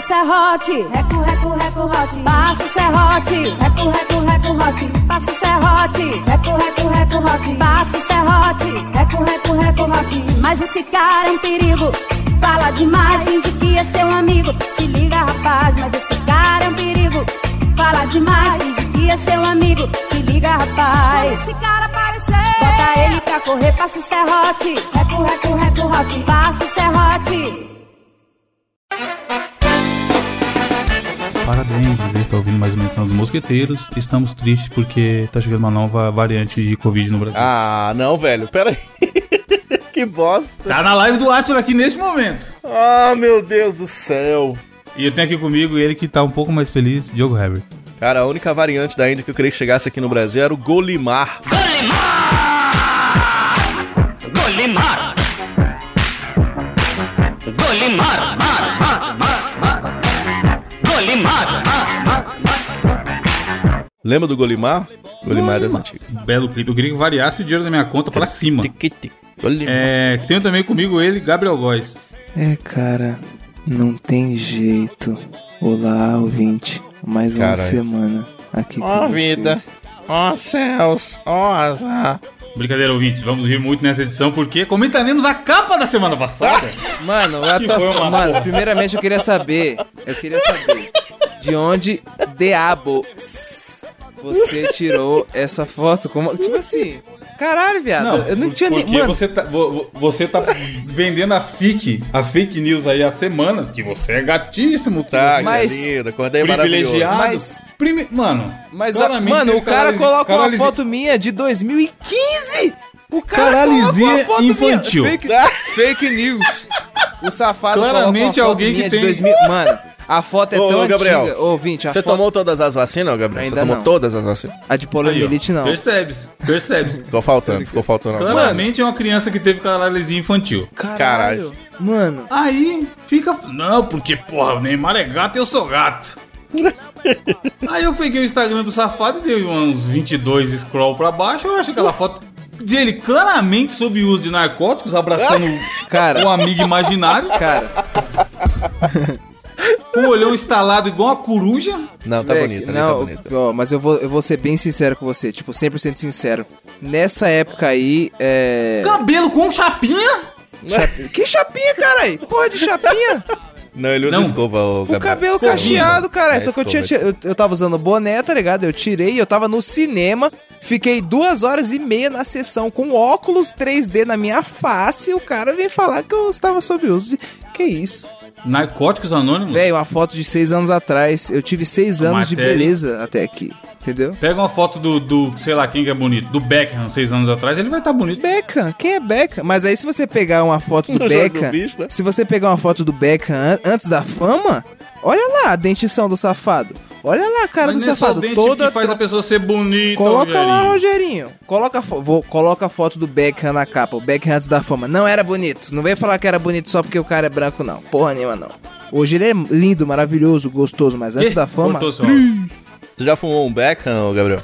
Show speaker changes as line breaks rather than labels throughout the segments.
serrote, reco, reco, reco, hot. Passa o serrote, reco, reco, reco, hot. Passa o serrote, reco, reco, reco, hot. Passa o serrote, reco, reco, reco, hot. Mas esse cara é um perigo. Fala demais, finge que é seu amigo. Se liga, rapaz, mas esse cara é um perigo. Fala demais, finge que é seu amigo. Se liga, rapaz. Esse cara apareceu. Bota ele pra correr, passa o serrote. Reco, reco, reco, hot. Passa o serrote.
Parabéns, você está ouvindo mais uma edição dos Mosqueteiros. Estamos tristes porque está chegando uma nova variante de Covid no Brasil.
Ah, não, velho. Pera aí. que bosta.
Tá na live do Arthur aqui nesse momento.
Ah, meu Deus do céu.
E eu tenho aqui comigo ele que tá um pouco mais feliz, Diogo Herbert.
Cara, a única variante da Índia que eu queria que chegasse aqui no Brasil era o Golimar.
गोलीमार गोली मार मार मार मार मार गोली मार मार मार
Lembra do Golimar? Golimar é das antigas.
Belo clipe. Eu queria que variasse o dinheiro da minha conta pra cima.
Tiquiti. Golimar.
É, tenho também comigo ele, Gabriel Góes.
É, cara, não tem jeito. Olá, ouvinte. Mais uma
Caralho.
semana aqui com
Ó vida.
vocês.
Ó céus. Ó azar.
Brincadeira, ouvinte. Vamos rir muito nessa edição porque comentaremos a capa da semana passada.
Mano, eu
Que
tô-
foi uma
mano primeiramente eu queria saber, eu queria saber de onde diabo você tirou essa foto? Como, tipo assim, caralho, viado. eu não tinha nem,
porque
mano,
Você tá, vo- vo- você tá vendendo a fake, a fake news aí há semanas, que você é gatíssimo,
Tá,
tá?
Mas-
minha linda. Acordei É maravilhoso.
Privilegiado.
Mas-
Prime- Mano,
mas a,
claramente
mano,
teve
o cara
canalise-
coloca uma
canalise-
foto minha de 2015. O cara coloca
Canalizinha
uma foto
infantil.
minha. Fake, fake news. O safado
Claramente
coloca uma foto
alguém que
minha
tem-
de 2000, mano, a foto é
Ô,
tão
ô, Gabriel,
antiga. Ô, ouvinte, a
Você
foto
tomou todas as vacinas, ô, Gabriel?
Ainda
Você tomou
não.
todas as vacinas?
a de
Aí, ó.
poliomielite não.
Percebe-se, percebe-se.
Ficou faltando, ficou faltando. alguma coisa.
Claramente é uma criança que teve canalizinha infantil.
Caralho.
Caralho. Mano,
Aí fica. Não, porque, porra, o Neymar é gato e eu sou gato. Aí eu peguei o Instagram do safado e dei uns 22 scroll pra baixo. Eu acho
Uh!
aquela foto dele claramente sob o uso de narcóticos, abraçando
Cara.
um amigo imaginário.
cara.
O olhão instalado igual uma coruja.
Não, tá
velho,
bonito, ali tá
não,
bonito.
ó, mas eu vou, eu vou ser bem sincero com você, tipo, 100% sincero. Nessa época aí, é.
Cabelo com chapinha.
chapi- Que chapinha, caralho? Porra de chapinha?
Não, ele usa
Não.
escova, ô,
O
Gabriel.
cabelo
Escova.
cacheado, caralho.
É,
Só que eu tinha.
escova.
Eu, eu tava usando boné, tá ligado? Eu tirei, eu tava no cinema, fiquei duas horas e meia na sessão com óculos 3D na minha face e o cara vem falar que eu estava sob uso de. Que isso?
Narcóticos anônimos?
Velho, uma foto de seis anos atrás. Eu tive seis
Uma
anos de
matéria.
beleza até aqui. Entendeu?
Pega uma foto do, do, sei lá quem que é bonito, do Beckham, seis anos atrás, ele vai estar bonito.
Beckham, quem é Beckham? Mas aí se você pegar uma foto do
Não joga o
Beckham,
bicho, né?
se você pegar uma foto do Beckham an- antes da fama, olha lá a dentição do safado. Olha lá a cara
Mas
do
não é só o
safado
dente
toda
que faz a então, pessoa ser bonita,
Coloca lá,
Rogerinho.
Rogerinho. Coloca, a fo- vou, coloca a foto do Beckham na capa. O Beckham antes da fama. Não era bonito. Não veio falar que era bonito só porque o cara é branco, não. Porra nenhuma, não. Hoje ele é lindo, maravilhoso, gostoso, mas antes
Ih,
da fama.
cortou seu áudio.
Você já fumou um Beckham, ô, Gabriel?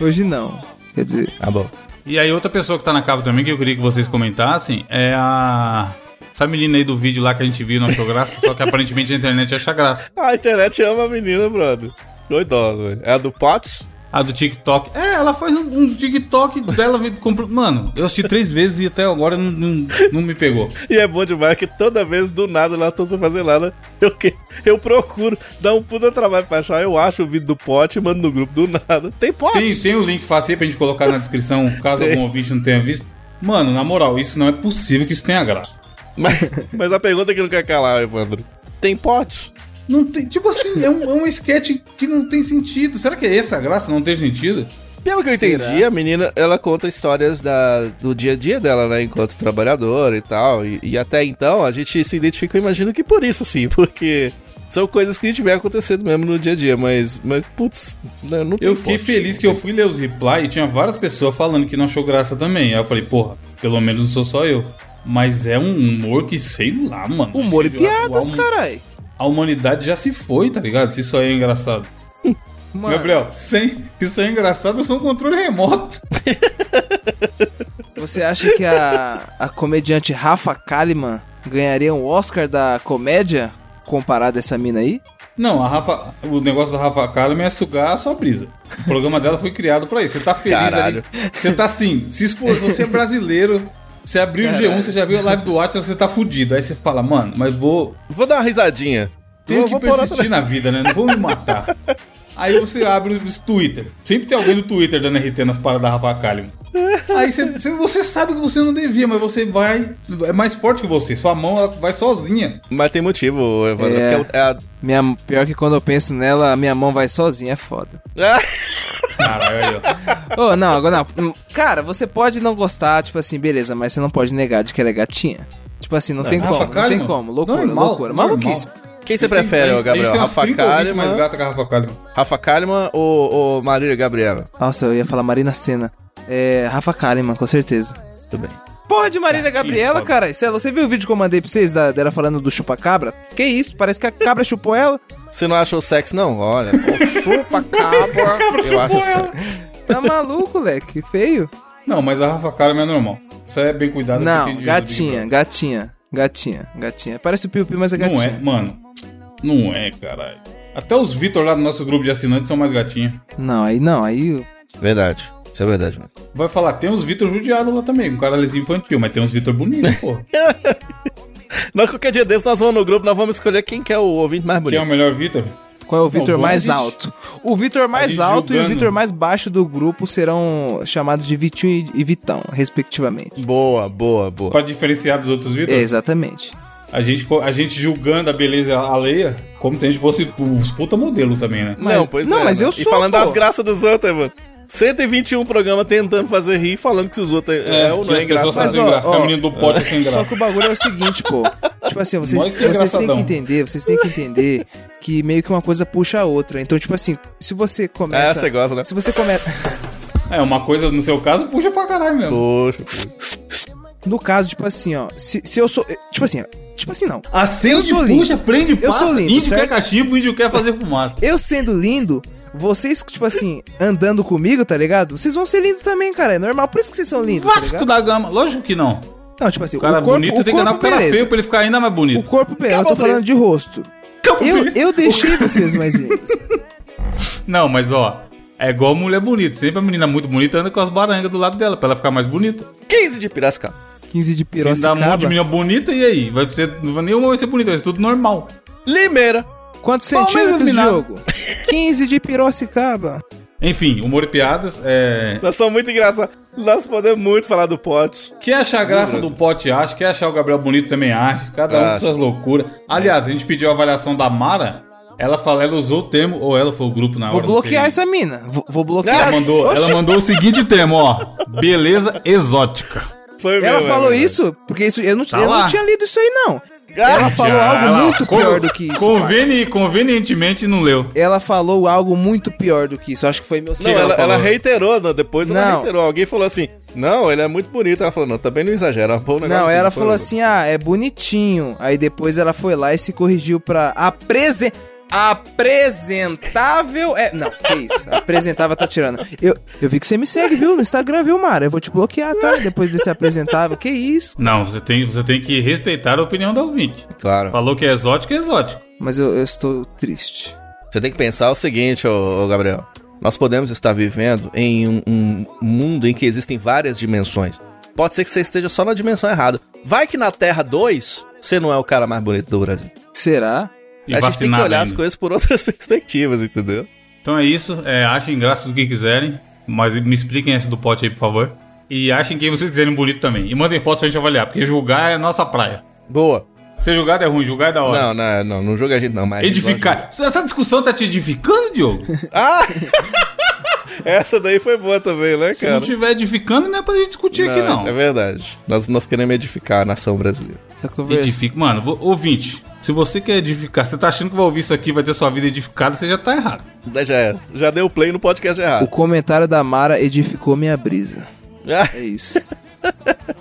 Hoje não. Quer dizer,
Tá bom.
E aí outra pessoa que tá na capa também, que eu queria que vocês comentassem, é a... Essa menina aí do vídeo lá que a gente viu e não achou graça, só que aparentemente a internet acha graça.
A internet ama a menina, brother. Doidosa, velho. É a do Potos?
A do TikTok. É, ela faz um, um TikTok dela. vi- comprou- Mano, eu assisti três vezes e até agora não, não, não me pegou.
E é bom demais que toda vez, do nada, lá tô sem fazer nada. Eu, que- eu procuro, dá um puta trabalho pra achar. Eu acho o vídeo do pote e mando no grupo do nada. Tem pote?
Tem, tem o link fácil aí pra gente colocar na descrição, caso algum ouvinte não tenha visto. Mano, na moral, isso não é possível que isso tenha graça.
Mas, mas a pergunta é que não quer calar, Evandro. Tem potes?
Não tem, tipo assim, é um, é um sketch que não tem sentido. Será que é essa a graça? Não tem sentido?
Pelo que eu entendi, a menina, ela conta histórias da, do dia a dia dela, né? Enquanto trabalhadora e tal. E, e até então, a gente se identifica, eu imagino que por isso, sim. Porque são coisas que tiver acontecendo mesmo no dia a dia. Mas, mas putz, né, não tem
Eu fiquei
pote.
feliz que eu fui ler os reply e tinha várias pessoas falando que não achou graça também. Aí eu falei, porra, pelo menos não sou só eu. Mas é um humor que, sei lá, mano.
humor e
sei lá,
piadas,
a hum-
caralho.
A humanidade já se foi, tá ligado? Se isso aí é engraçado.
Mano,
Gabriel, sem, se isso aí é engraçado, eu sou um controle remoto.
você acha que a, a comediante Rafa Kalimann ganharia um Oscar da comédia? comparado a essa mina aí?
Não, a Rafa, o negócio da Rafa Kalimann é sugar a sua brisa. O programa dela foi criado pra isso. Você tá feliz
Caralho.
ali. Você tá assim, se esforçou, você é brasileiro. Você abriu o G1, você já viu a live do Atlas, você tá fudido. Aí você fala, mano, mas vou.
Vou dar uma risadinha.
Tenho
Vou-
que
vou pôr outra-
persistir na vida, né? Não vou me matar. Aí você abre os Twitter. Sempre tem alguém no Twitter dando RT nas paradas da Rafa Kalimann. Aí você, você sabe que você não devia, mas você vai. É mais forte que você. Sua mão ela vai sozinha.
Mas tem motivo, Evandro.
É.
porque É. a-
Minha, pior que quando eu penso nela, a minha mão vai sozinha, é foda.
Ah!
Caralho, aí, ó.
Ô, não, agora não. Hum, Cara, você pode não gostar, tipo assim, beleza, mas você não pode negar de que ela é gatinha. Tipo assim, não tem
Rafa
como, não
Kalimann?
tem como. Loucura,
Normal,
loucura.
normal.
Maluquice.
Quem você
Eles têm-
prefere, ô,
eles-
Gabriel?
Eles têm umas
Rafa
30 ouvintes mais
Kalimann,
gata que a Rafa Kalimann.
Rafa Kalimann ou, ou Marília Gabriela?
Nossa, eu ia falar Marina Senna. É, Rafa Kalimann, com certeza.
Tudo bem.
Pode, Marina Gabriela, cara. Cê- Você viu o vídeo que eu mandei pra vocês da- dela falando do chupa-cabra? Que isso, parece que a cabra chupou ela.
Você não achou sexo, não? Olha, pô, chupa cabra. Eu acho sexo.
Tá maluco, leque, feio.
Não, mas a Rafa Kalimann é normal. Isso aí é bem cuidado. porque
Não,
de-
gatinha, gatinha, gatinha, gatinha. Parece o Piu Piu, mas é
de- Não é,
gatinha.
mano. Não é, caralho. Até os Vitor lá do nosso grupo de assinantes são mais gatinhos.
Não, aí não, aí...
Verdade. Isso é verdade, mano.
Vai falar, tem uns Vitor judiados lá também, com cara lesinho infantil, mas tem uns Vitor bonitos, pô.
Nós, qualquer dia desse, nós vamos no grupo, nós vamos escolher quem que é o ouvinte mais
Quem é o
bonito.
melhor Vitor?
Qual é o
Não, Tá
Vitor
bom,
mais
a gente-
alto? O Vitor mais
gente
alto e o
julgando.
Vitor mais baixo do grupo serão chamados de Vitinho e- e Vitão, respectivamente.
Boa, boa, boa.
Pra diferenciar dos outros Vitor?
É, exatamente.
A gente, co- a gente julgando a beleza alheia, como se a gente fosse os puta modelo também, né?
Mas- não, mas eu
é, E
sou,
falando
pô.
das graças dos outros, mano. 121 programas um tentando fazer rir, falando que os outros é, é ou não
que
é
as pessoas
engraçado.
fazem- Sem graça, que a menina do pote é sem
Só
graça.
que o bagulho é o seguinte, pô. Tipo assim, vocês,
Mas que é
vocês têm que
engraçadão.
entender, vocês têm que entender que meio que uma coisa puxa a outra. Então, tipo assim, se você começa.
É, você gosta, né?
Se você começa.
É, uma coisa, no seu caso, puxa pra caralho mesmo.
Poxa.
No caso, tipo assim, ó. Se, se eu sou. Tipo assim, ó. Tipo assim, não.
Acende,
Eu sou
puxa,
lindo.
prende, passa.
Eu sou lindo,
índio
certo?
quer cachimbo, índio quer fazer fumaça.
Eu sendo lindo, vocês, tipo assim, andando comigo, tá ligado? Vocês vão ser lindos também, cara. É normal. Por isso que vocês são lindos, tá
Vasco
ligado?
da Gama, lógico que não.
Não, tipo assim,
O cara
o corpo,
bonito
o
tem que andar
corpo,
com o cara
beleza.
feio pra ele ficar ainda mais
O
bonito.
corpo, beleza. Eu tô
Acabou,
falando de rosto. Eu,
Talvez.
eu deixei vocês mais lindos.
Não, mas ó, é igual mulher bonita. Sempre a menina muito bonita anda com as barangas do lado dela pra ela ficar mais bonita.
15 de Piracicaba.
15 de
Se dá um monte de
pirocicaba.
menina bonita, e aí? Vai ser, nenhuma vai ser bonita, vai ser tudo normal.
Limeira.
Quantos
Bom, mas
centímetros,
afinal-
Diogo? 15 de pirocicaba.
Enfim, humor e piadas é.
Nós somos muito engraçados. Nós podemos muito falar do pote.
Quer achar a graça do pote, acha. Quer achar o Gabriel bonito também, acha. Cada um com
Acho.
suas loucuras. Aliás, a gente pediu a avaliação da Mara. Ela fala, ela usou o termo, ou ela foi o grupo na
Vou
hora. não sei.
bloquear essa mina. Vou, vou bloquear.
Ela mandou, ela
Oxi,
mandou o seguinte termo, ó. Beleza exótica.
Foi
ela
meu,
falou
é, meu.
isso porque isso, eu, não,
né, Tá
eu não
lá.
tinha lido isso aí, não. Ela falou
Já,
algo
ela-
muito
con-
pior do que isso. parça.
Conveni, convenientemente não leu.
Ela falou algo muito pior do que isso. Acho que foi meu
Não,
senhor.
ela,
ela
ela
falou.
reiterou, não, depois ela
Não.
reiterou. Alguém falou assim: Não, ele é muito bonito. Ela falou: Não, também não exagera. Pô, um negócio
Não, ela
foi-
falou assim: ah, é bonitinho. Aí depois ela foi lá e se corrigiu pra apresen... apresentável. É... Não, que isso? Apresentável tá tirando. Eu, eu vi que você me segue, viu? No Instagram, viu, Mara? Eu vou te bloquear, tá? Depois desse apresentável. Que isso?
Não, você tem, você tem que respeitar a opinião da ouvinte.
Claro.
Falou que é exótico, é exótico.
Mas eu, eu estou triste.
Você tem que pensar o seguinte, ô, ô Gabriel. Nós podemos estar vivendo em um, um mundo em que existem várias dimensões. Pode ser que você esteja só na dimensão errada. Vai que na Terra 2, você não é o cara mais bonito do Brasil.
Será?
E
a gente tem que
vacinado
olhar
ainda.
as coisas por outras perspectivas, entendeu?
Então é isso. É, achem graças o que quiserem. Mas me expliquem essa do pote aí, por favor. E achem quem vocês quiserem bonito também. E mandem fotos pra gente avaliar, porque julgar é nossa praia.
Boa.
Ser julgado é ruim, julgar é da hora.
Não, não, não, não julga a gente não, mas...
Edificar. Essa discussão tá te edificando, Diogo?
Ah! Essa daí foi boa também, né,
Se não
cara?
tiver edificando, não é pra gente discutir aqui, não.
É verdade. Nós, nós queremos edificar a nação brasileira.
Essa conversa.
Edifica. Mano, vo- ouvinte, se você quer edificar, você tá achando que vai ouvir isso aqui e vai ter sua vida edificada, você já tá errado.
Daí Já, era. já deu play no podcast
O
errado.
comentário da Mara edificou minha brisa.
Ah,
É isso.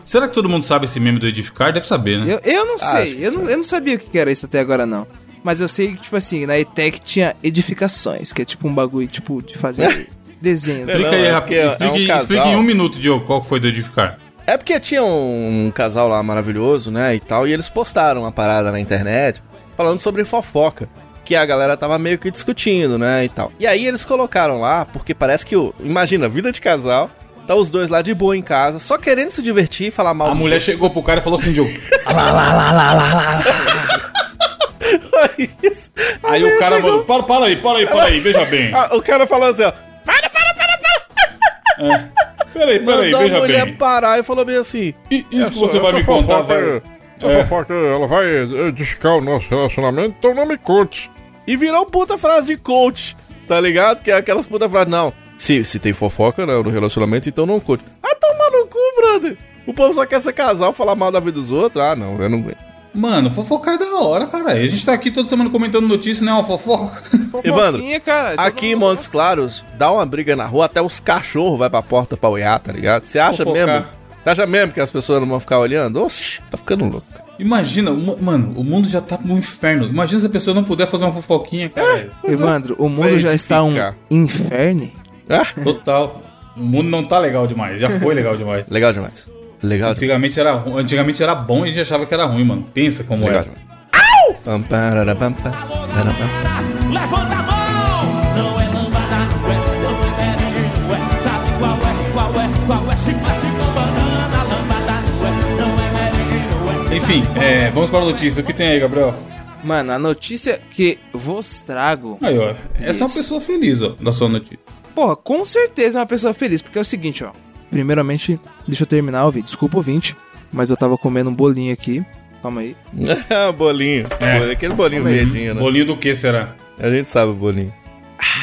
Será que todo mundo sabe esse meme do edificar? Deve saber, né?
Eu, eu não
Ah, Acho
sei,
que
eu não, eu não sabia o que que era isso até agora, não. Mas eu sei que, tipo assim, na ETEC tinha edificações, que é tipo um bagulho, tipo, de fazer desenhos.
É,
Explica
não,
aí,
é porque
rapidinho.
é
Explica,
um casal.
explica em um minuto, Diogo, qual que foi do edificar.
É um porque tinha um casal lá maravilhoso, né, e tal, e eles postaram uma parada na internet falando sobre fofoca. Que a galera tava meio que discutindo, né? E tal. E aí eles colocaram lá, porque parece que o. Imagina, vida de casal. Tá os dois lá de boa em casa, só querendo se divertir e falar mal
A
dos
mulher chegou pro cara e falou assim, Diogo.
outros. A
Aí
mulher
o cara,
chegou-
mano, para, para aí, para aí, para aí, veja bem.
Ah, o cara falou assim, ó.
Pera aí, pera aí,
Mandou a
veja
mulher
bem.
parar e falou bem assim.
E isso que você vai me contar, vai.
Essa
É.
fofoca, ela vai edificar o nosso relacionamento, então não me conte.
E virou puta frase de coach, tá ligado? Que é aquelas puta frases, não. Se, se tem fofoca né, no relacionamento, então não conte. Ah, tomar no cu, brother. O povo só quer ser casal, falar mal da vida dos outros. Ah, não, eu não aguento.
Mano, fofocar é da hora, cara. A gente tá aqui toda semana comentando notícia, não é uma fofoca?
Evandro,
Fofoquinha, cara, É, todo
Aqui em
mundo-
Montes Claros, dá uma briga na rua, até os cachorros vai pra porta pra olhar, tá ligado? Você acha
Fofocar.
mesmo? Você acha mesmo que as pessoas não vão ficar olhando? Oxi, tá ficando louco. cara.
Imagina, uma- mano, o mundo já tá no inferno. Imagina se a pessoa não puder fazer uma fofoquinha, cara.
Evandro, o mundo
Vai
já está um
ficar.
inferno?
Ah,
É. Total. O mundo não tá legal demais, já foi legal demais.
legal demais. Legal demais.
Antigamente era, ru- antigamente era bom e a gente achava que era ruim, mano. Pensa como
Legal
era.
demais. Pam, parara, pam, pam, parara, pam.
Levanta a mão! Não é lambada, ué, não é merengue, ué. Sabe qual é, qual é, qual é? Chiclete com banana, lambada, ué, não é merengue, ué.
Enfim, é, vamos para a notícia. O que tem aí, Gabriel?
Mano, a notícia que vos trago.
Aí, ó. Essa é uma
Isso.
pessoa feliz, ó, da sua notícia.
Porra, com certeza é uma pessoa feliz, porque é o seguinte, ó. Primeiramente, deixa eu terminar o vídeo. Desculpa, ouvinte, mas eu tava comendo um bolinho aqui. Calma aí.
bolinho.
É.
Aquele bolinho verdinho, né?
Bolinho do que será?
A gente sabe o bolinho.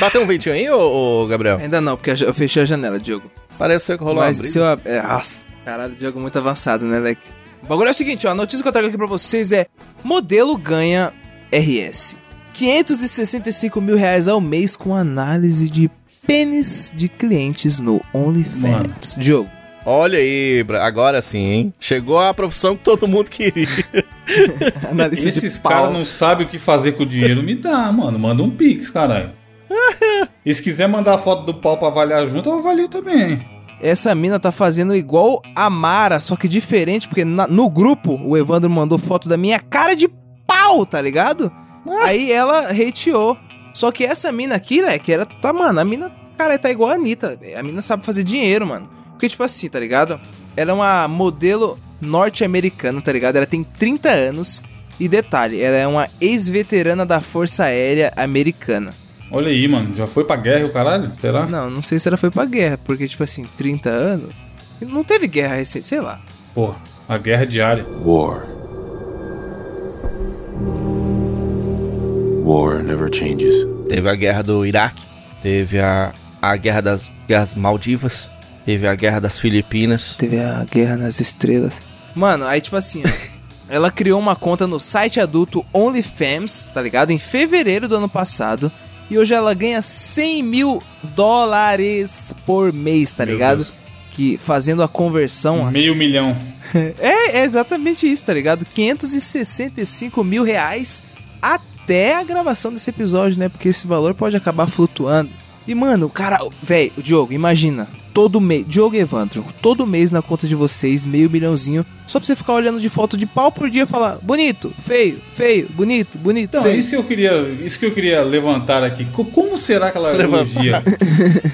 Bateu um ventinho aí, ô, ô, Gabriel?
Ainda não, porque eu fechei a janela, Diogo.
Parece ser que rolou
Mas
uma
se
briga.
eu. ab- É, nossa, caralho, Diogo muito avançado, né, Leque? O bagulho é o seguinte, ó. A notícia que eu trago aqui pra vocês é: modelo ganha RS. 565 mil reais ao mês com análise de pênis de clientes no
Mano.
OnlyFans. Diogo.
Olha aí, Bra- agora sim, hein? Chegou a profissão que todo mundo queria.
Analista de
Esses
pau.
caras não sabem o que fazer com o dinheiro. Me dá, mano. Manda um pix, caralho. E se quiser mandar a foto do pau pra avaliar junto, eu avalio também.
Essa mina tá fazendo igual a Mara, só que diferente, porque na- no grupo o Evandro mandou foto da minha cara de pau, tá ligado? Aí ela hateou. Só que essa mina aqui, né, que era. Tá, mano, a mina, cara, tá igual a Anitta. A mina sabe fazer dinheiro, mano. Porque, tipo assim, tá ligado? Ela é uma modelo norte-americana, tá ligado? Ela tem 30 anos. E detalhe, ela é uma ex-veterana da Força Aérea Americana.
Olha aí, mano. Já foi pra guerra o caralho? Será?
Não, não sei se ela foi pra guerra, porque, tipo assim, 30 anos. Não teve guerra recente, sei lá.
Porra, a guerra é diária.
War. War never changes.
teve a guerra do Iraque, teve a, a guerra das guerras Maldivas, teve a guerra das Filipinas.
Teve a guerra nas estrelas. Mano, aí, tipo assim, ó. Ela criou uma conta no site adulto OnlyFans, tá ligado? Em fevereiro do ano passado. E hoje ela ganha 100 mil dólares por mês, tá
Meu
ligado?
Deus.
Que fazendo a conversão. assim-
Meio milhão.
É, é exatamente isso, tá ligado? 565 mil reais até a gravação desse episódio, né? Porque esse valor pode acabar flutuando. E, mano, o cara, velho, o Diogo, imagina. Todo mês, Diogo e Evandro, todo mês na conta de vocês, meio milhãozinho, só pra você ficar olhando de foto de pau por dia e falar: bonito, feio, feio, bonito, bonito.
Então, é
feio.
isso que eu queria, isso que eu queria levantar aqui. Co- Como será que ela
Levantar.
elogia?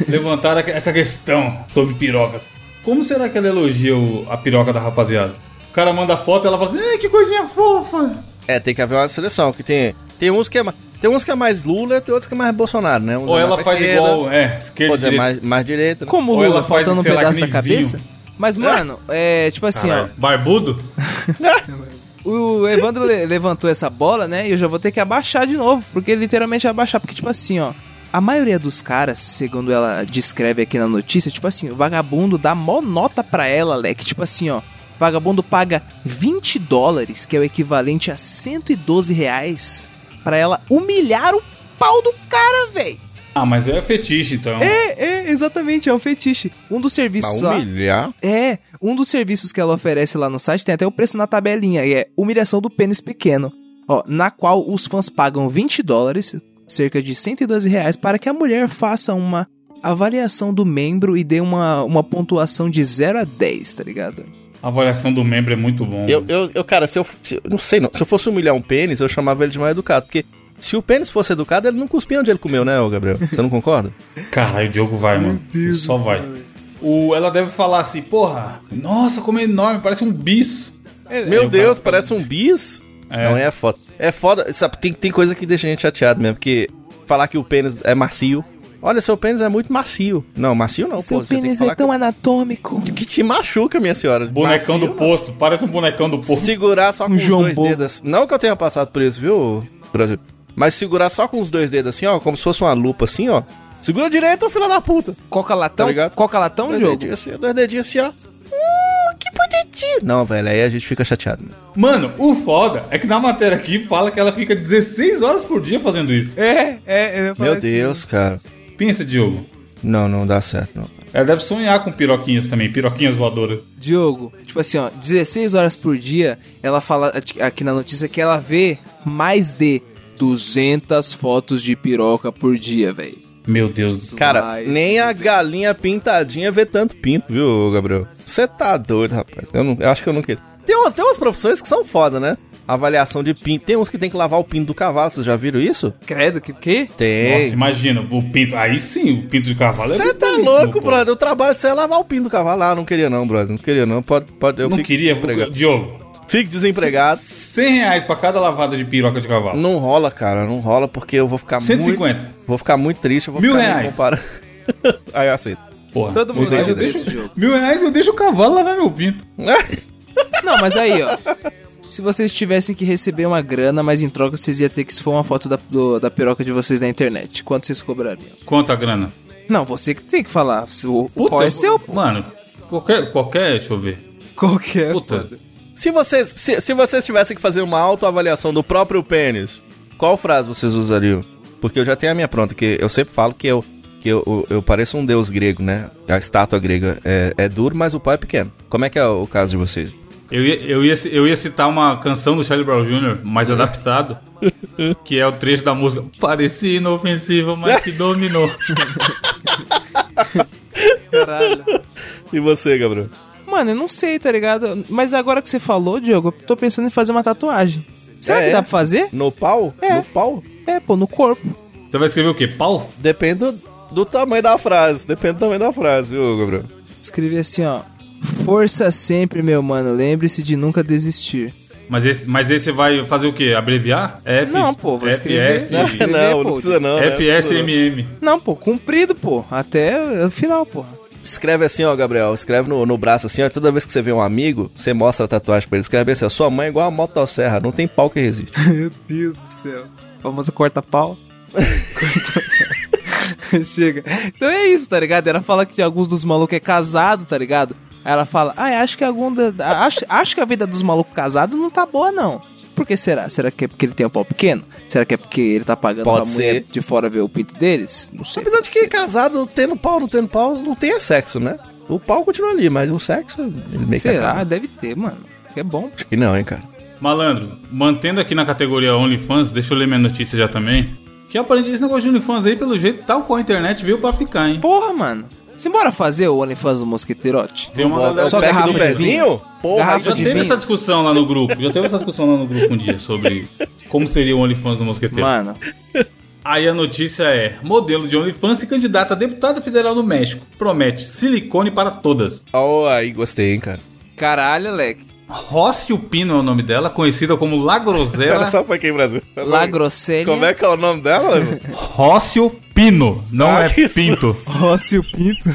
levantar aqu- essa questão sobre pirocas. Como será que ela elogia o- a piroca da rapaziada? O cara manda foto e ela fala assim, "Ai, que coisinha fofa.
É, tem que haver uma seleção, que tem, tem uns que é mais. Tem uns que é mais Lula, tem outros que é mais Bolsonaro, né? Uns
Ou
é mais
ela
pra
faz
esquerda,
igual, é, esquerda e
Outros é
direita.
mais, mais direita. né?
Como o
Ou
Lula
ela faz,
faltando um
sei lá, que
pedaço da
nem
cabeça.
vinho.
Mas, mano, é tipo assim, ó.
Caralho, Barbudo?
O Evandro le- levantou essa bola, né? E eu já vou ter que abaixar de novo, porque literalmente abaixar, porque tipo assim, ó, a maioria dos caras, segundo ela descreve aqui na notícia, tipo assim, o vagabundo dá mó nota pra ela, leque, tipo assim, ó, vagabundo paga 20 dólares, que é o equivalente a 112 reais, pra ela humilhar o pau do cara, véi.
Ah, mas é fetiche, então.
É, é, exatamente, é um fetiche. Um dos
Pra
serviços lá...
humilhar.
É, um dos serviços que ela oferece lá no site tem até o preço na tabelinha, e é humilhação do pênis pequeno, ó, na qual os fãs pagam 20 dólares, cerca de 112 reais, para que a mulher faça uma avaliação do membro e dê uma, uma pontuação de 0 a 10, tá ligado?
A avaliação do membro é muito bom.
Eu, eu, eu, cara, se eu, se eu- Não sei, não. Se eu fosse humilhar um pênis, eu chamava ele de mal educado. Porque se o pênis fosse educado, ele não cuspia onde ele comeu, né, ô Gabriel? Você não concorda?
Caralho, o Diogo vai, mano. Ele Só vai. O, ela deve falar assim, porra, nossa, como é enorme, parece um bis. É,
Meu
eu
Deus,
faço-
parece um bis.
É.
Não é foda. É foda. Sabe, tem, tem coisa que deixa a gente chateado mesmo, porque falar que o pênis é macio. Olha, seu pênis é muito macio. Não, macio não,
Seu
pô. você tem que
pênis
falar
é tão anatômico.
que, que te machuca, minha senhora.
Bonecão
Macio
do posto, parece um bonecão do posto.
Segurar só com
Um
os
João
dois
Bobo.
dedos. assim. Não que eu tenha passado por isso, viu, Brasil? Mas segurar só com os dois dedos assim, ó, como se fosse uma lupa assim, ó. Segura direito, ô filho da puta.
Coca latão?
Tá ligado?
Coca latão,
Dois
um jogo?
dedinhos assim, dois dedinhos assim, ó. Hum, que bonitinho. Não, velho, aí a gente fica chateado. né?
Mano, o foda é que na matéria aqui fala que ela fica 16 horas por dia fazendo isso.
É, é, eu ia falar
Meu
isso.
Deus, cara.
Pensa, Diogo.
Não, não dá certo, não.
Ela deve sonhar com piroquinhas também, piroquinhas voadoras.
Diogo, tipo assim, ó, 16 horas por dia, ela fala at- aqui na notícia que ela vê mais de 200 fotos de piroca por dia, velho.
Meu Deus do céu.
Cara,
Mas,
nem a
sim.
galinha pintadinha vê tanto pinto, viu, Gabriel? Você tá doido, rapaz. Eu, não, eu acho que eu não queria. Tem umas, tem umas profissões que são foda, né? Avaliação de pinto. Tem uns que tem que lavar o pinto do cavalo, vocês já viram isso?
Credo, que quê?
Nossa,
Tem.
imagina, o pinto. Aí sim, o pinto de cavalo é
Você tá
brutalíssimo,
louco,
pô.
brother? Eu trabalho, você é lavar o pinto do cavalo. Ah, não queria não, brother. Não queria não. Pode, pode, eu
Não
fico
queria,
desempregado.
Diogo.
Fico desempregado.
100 reais pra cada lavada de piroca de
Hum.
cavalo.
Não rola, cara. Não rola porque eu vou ficar
150.
muito... Vou ficar muito triste. eu vou
Mil
ficar me
reais.
comparando. Aí eu aceito.
Porra,
Todo mundo
mil reais eu
ajuda
deixo-
esse jogo.
Mil reais eu deixo o cavalo lavar meu pinto.
Não, mas aí, ó. Se vocês tivessem que receber uma grana, mas em troca vocês iam ter que se for uma foto da, do- da piroca de vocês na internet. Quanto vocês cobrariam?
Quanto a grana?
Não, você que tem que falar. Se O, o pau
eu
é
vou-
seu, pô.
Mano, qualquer, qualquer, deixa eu ver.
Qualquer.
Puta.
foda.
Se vocês, se, se vocês tivessem que fazer uma autoavaliação do próprio pênis, qual frase vocês usariam? Porque eu já tenho a minha pronta, que eu sempre falo que eu, que eu, eu, eu pareço um deus grego, né? A estátua grega é, é duro, mas o pau é pequeno. Como é que é o caso de vocês?
Eu ia, eu, ia, eu ia citar uma canção do Charlie Brown Jr., mais adaptado, que é o trecho da música Parecia inofensiva, mas que dominou.
Caralho.
E você, Gabriel?
Mano, eu não sei, tá ligado? Mas agora que você falou, Diogo, eu tô pensando em fazer uma tatuagem. Será
É,
que
é?
dá pra fazer?
No pau?
É.
No pau?
É, pô, no corpo.
Você vai escrever o quê? Pau?
Depende do, do tamanho da frase. Depende do tamanho da frase, viu, Gabriel?
Escrevi assim, ó. Força sempre, meu mano. Lembre-se de nunca desistir.
Mas esse, mas esse vai fazer o quê? Abreviar? F,
Não, pô, vou escrever.
FS,
Não, Escrever,
não,
pô,
não precisa não. né? Não precisa não.
FSMM.
Não, pô, cumprido, pô. Até o final, pô.
Escreve assim, ó, Gabriel. Escreve no, no braço assim, ó. Toda vez que você vê um amigo, você mostra a tatuagem pra ele. Escreve assim, ó. Sua mãe é igual a motosserra, não tem pau que resiste.
Meu Deus do céu. Famoso corta-pau. Corta-pau. Chega. Então é isso, tá ligado? Ela fala que alguns dos malucos é casado, tá ligado? Aí ela fala, ah, acho que algum da- da- acho, acho que a vida dos malucos casados não tá boa, não. Por que será? Será que é porque ele tem o pau pequeno? Será que é porque ele tá pagando
Pode
pra mulher
ser.
de fora ver o pinto deles? Não sei.
Apesar de que casado, tendo pau, não tendo pau, não tem é sexo, né? O pau continua ali, mas o sexo, ele meio que
Será?
acaba.
Deve ter, mano. É bom.
Acho que não, hein, cara.
Malandro, mantendo aqui na categoria OnlyFans, deixa eu ler minha notícia já também. Que aparentemente esse negócio de OnlyFans aí, pelo jeito, tal qual a internet veio pra ficar, hein?
Porra, mano. Simbora fazer o OnlyFans do Mosqueteirote?
Tem uma
Bom,
galera-
é o
Só
pack do
garrafa de vinho.
pezinho? Porra,
Garrafa
Já
isso-
de
teve
vinhos.
essa discussão lá no grupo. Já teve essa discussão lá no grupo um dia sobre como seria o OnlyFans do Mosqueteiro.
Mano,
Aí a notícia é: modelo de OnlyFans se candidata a deputada federal no México. Promete silicone para todas.
Ó, aí gostei, hein, cara.
caralho, Leque.
Rócio Pino é o nome dela, conhecida como
Cara,
Lagrosela
só pra quem, Brasil?
La Grosselha.
Como é que é o nome dela? irmão?
Rócio Pino. Não
Ah,
é
isso.
Pinto.
Rossi o Pinto.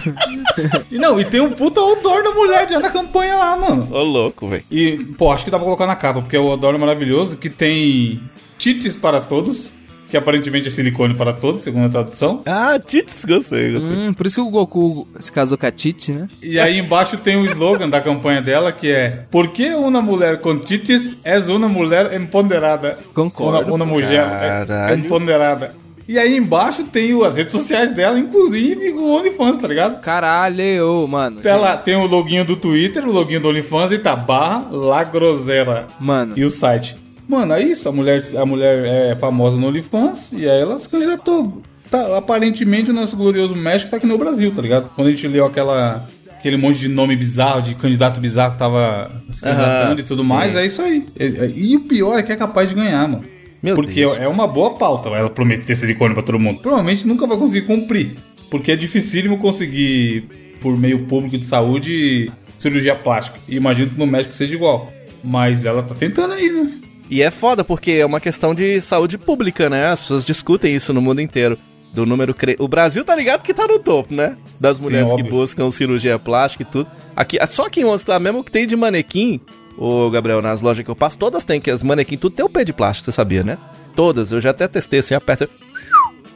E não, e tem um puta odor da mulher já da campanha lá, mano.
Ô, louco, velho.
E, pô, acho que dá pra colocar na capa, porque é o odor maravilhoso que tem tites para todos, que aparentemente é silicone para todos, segundo a tradução.
Ah, Tits, gostei, gostei.
Hum, por isso que o Goku se casou com a Titi, né?
E aí embaixo tem o slogan da campanha dela que é Por que uma mulher com tites é uma mulher empoderada?
Concordo.
Uma, uma mulher é-
Caralho.
empoderada. E aí embaixo tem o- as redes sociais dela, inclusive o OnlyFans, tá ligado?
Caralho, mano.
Tá lá, tem o loginho do Twitter, o loginho do OnlyFans e tá barra Lagrosera.
Mano.
E o site. Mano, é isso. A mulher, a mulher é famosa no OnlyFans e aí ela se candidatou. Tá, aparentemente o nosso glorioso México tá aqui no Brasil, tá ligado? Quando a gente leu aquela aquele monte de nome bizarro, de candidato bizarro que tava se candidatando e tudo mais, é isso aí. E, e o pior é que é capaz de ganhar, mano.
Meu
porque
Deus.
é uma boa pauta ela prometer silicone pra todo mundo. Provavelmente nunca vai conseguir cumprir. Porque é dificílimo conseguir, por meio público de saúde, cirurgia plástica. E imagino que no médico seja igual. Mas ela tá tentando aí, né?
E é foda, porque é uma questão de saúde pública, né? As pessoas discutem isso no mundo inteiro. Do número. cre- O Brasil tá ligado que tá no topo, né? Das mulheres que
óbvio.
buscam cirurgia plástica e tudo. Aqui, ah, só aqui em Onze Claro, mesmo que tem de manequim, ô Gabriel, nas lojas que eu passo, todas têm, que as manequim, tudo tem o pé de plástico, você sabia, né? Todas, eu já até testei, você aperta.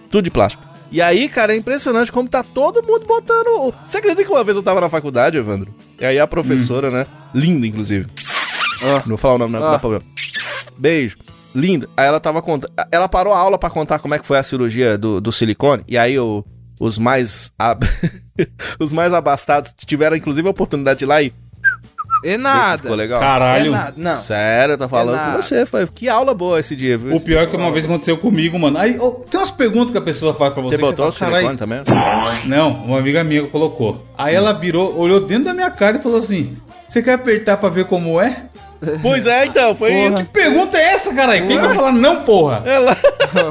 Tudo de plástico. E aí, cara, é impressionante como tá todo mundo botando. Você acredita que uma vez eu tava na faculdade, Evandro? E aí a professora, né? Linda, inclusive. Não vou falar o nome, não, que dá
Hum. Ah.
problema. Beijo. Linda. Aí ela tava contando. Ela parou a aula pra contar como é que foi a cirurgia do, do silicone. E aí o- os mais. ab- os mais abastados tiveram, inclusive, a oportunidade de ir lá e.
É
Esse
nada.
Ficou legal.
É
Caralho.
nada. Não.
Sério, eu tô falando
É
com
na-
você. Foi. Que aula boa esse dia, viu?
O pior é que uma vez aconteceu comigo, mano. Aí, ô, tem umas perguntas que a pessoa faz pra você.
Você botou o
que fala,
silicone
"Carai,
também?
Não, uma amiga minha colocou. Aí ela virou, olhou dentro da minha cara e falou assim: Você quer apertar pra ver como é?
pois é, então, foi
Porra.
isso.
Que pergunta é essa, caralho? Quem vai falar não, porra?
Ela.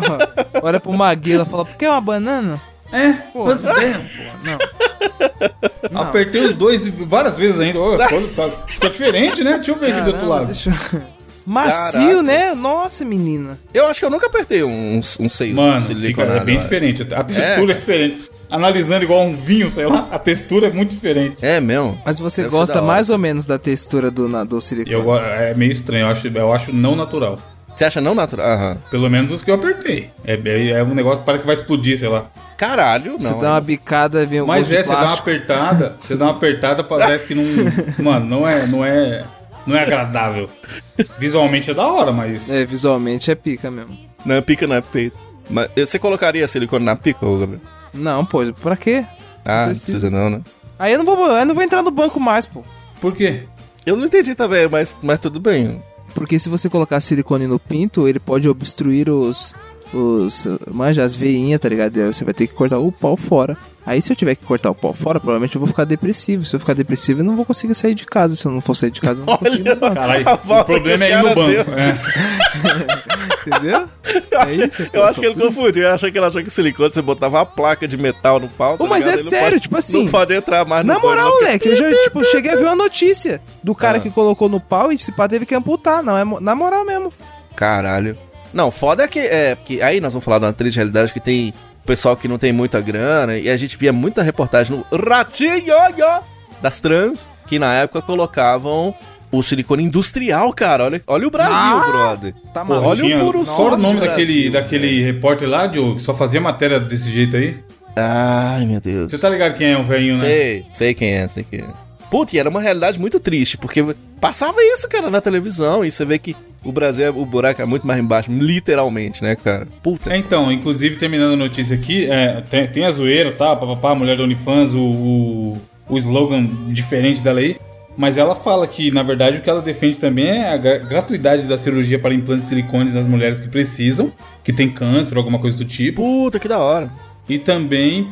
Olha pro Maguila e fala, por que uma banana?
É, você tem. Apertei os dois várias vezes ainda. Ô, ficou, ficou- ficou diferente, né? Deixa eu ver aqui do outro
Tá. Caramba,
lado.
deixa eu- Macio, né? Nossa, menina.
Eu acho que eu nunca apertei um, um, um seio. um
Mano,
silicone,
fica, é
nada,
bem
nada.
diferente. A textura é. diferente. Analisando igual um vinho, sei lá, a textura é muito diferente.
É mesmo.
Mas você
Deve ser da
gosta
hora.
mais ou menos da textura do, na- do silicone?
Eu, go- é meio estranho, eu acho, eu acho não natural.
Você acha não natural? Aham.
Pelo menos os que eu apertei. É, é, é um negócio que parece que vai explodir, sei lá.
Caralho, não.
Você dá uma bicada, vem o
Mas
gosto
é,
de
você dá uma
plástico.
apertada, você dá uma apertada, parece que não. Mano, não é, não é. Não é agradável. Visualmente é da hora, mas.
É, visualmente é pica mesmo.
Não, pica não é peito. Mas você colocaria silicone na pica, ô Gabriel?
Não, pô, pra quê?
Ah, não
Precisa.
precisa não, né?
Aí eu não vou, eu não vou entrar no banco mais, pô.
Por quê?
Eu não entendi também, mas, mas tudo bem.
Porque se você colocar silicone no pinto, ele pode obstruir os. os manja, as veinhas, tá ligado? E aí Você vai ter que cortar o pau fora. Aí se eu tiver que cortar o pau fora, provavelmente eu vou ficar depressivo. Se eu ficar depressivo, eu não vou conseguir sair de casa. Se eu não for sair de casa, eu não vou conseguir.
Caralho,
A
o
volta
problema é
que
ir
o
no
cara
banco.
deu.
É.
Entendeu?
Eu,
achei- É isso, eu pessoal. acho que ele
confundiu. Eu achei que ele achou que silicone você botava uma placa de metal no pau. tá
Ô, mas ligado? é Ele não sério, pode- tipo assim, não
Não pode entrar mais
Na moral, moleque, eu já tipo, cheguei a ver uma notícia do cara que colocou no pau e esse pá teve que amputar. Não, é mo- na moral mesmo.
Caralho. Não, foda é que. É, porque aí nós vamos falar de uma triste realidade que tem pessoal que não tem muita grana. E a gente via muita reportagem no Ratinho ó, das trans, que na época colocavam o silicone industrial, cara. Olha, olha o Brasil, brother.
Tá
Porra,
maluco.
olha o puro
Qual
sol
o nome
do
daquele,
Brasil,
daquele repórter lá, Diogo, que só fazia matéria desse jeito aí?
Ai, meu Deus.
Você tá ligado quem é o velhinho, né?
Sei, sei quem é, sei quem é. Puta, e era uma realidade muito triste, porque passava isso, cara, na televisão, e você vê que o Brasil, é- o buraco é muito mais embaixo, literalmente, né, cara? Puta.
É, Então, inclusive, terminando a notícia aqui, é, tem, tem a zoeira, tá? Papapá, a mulher do OnlyFans, o, o, o slogan diferente dela aí. Mas ela fala que, na verdade, o que ela defende também é a gra- gratuidade da cirurgia para implantes de silicones nas mulheres que precisam, que tem câncer ou alguma coisa do tipo.
Puta, que da hora.
E também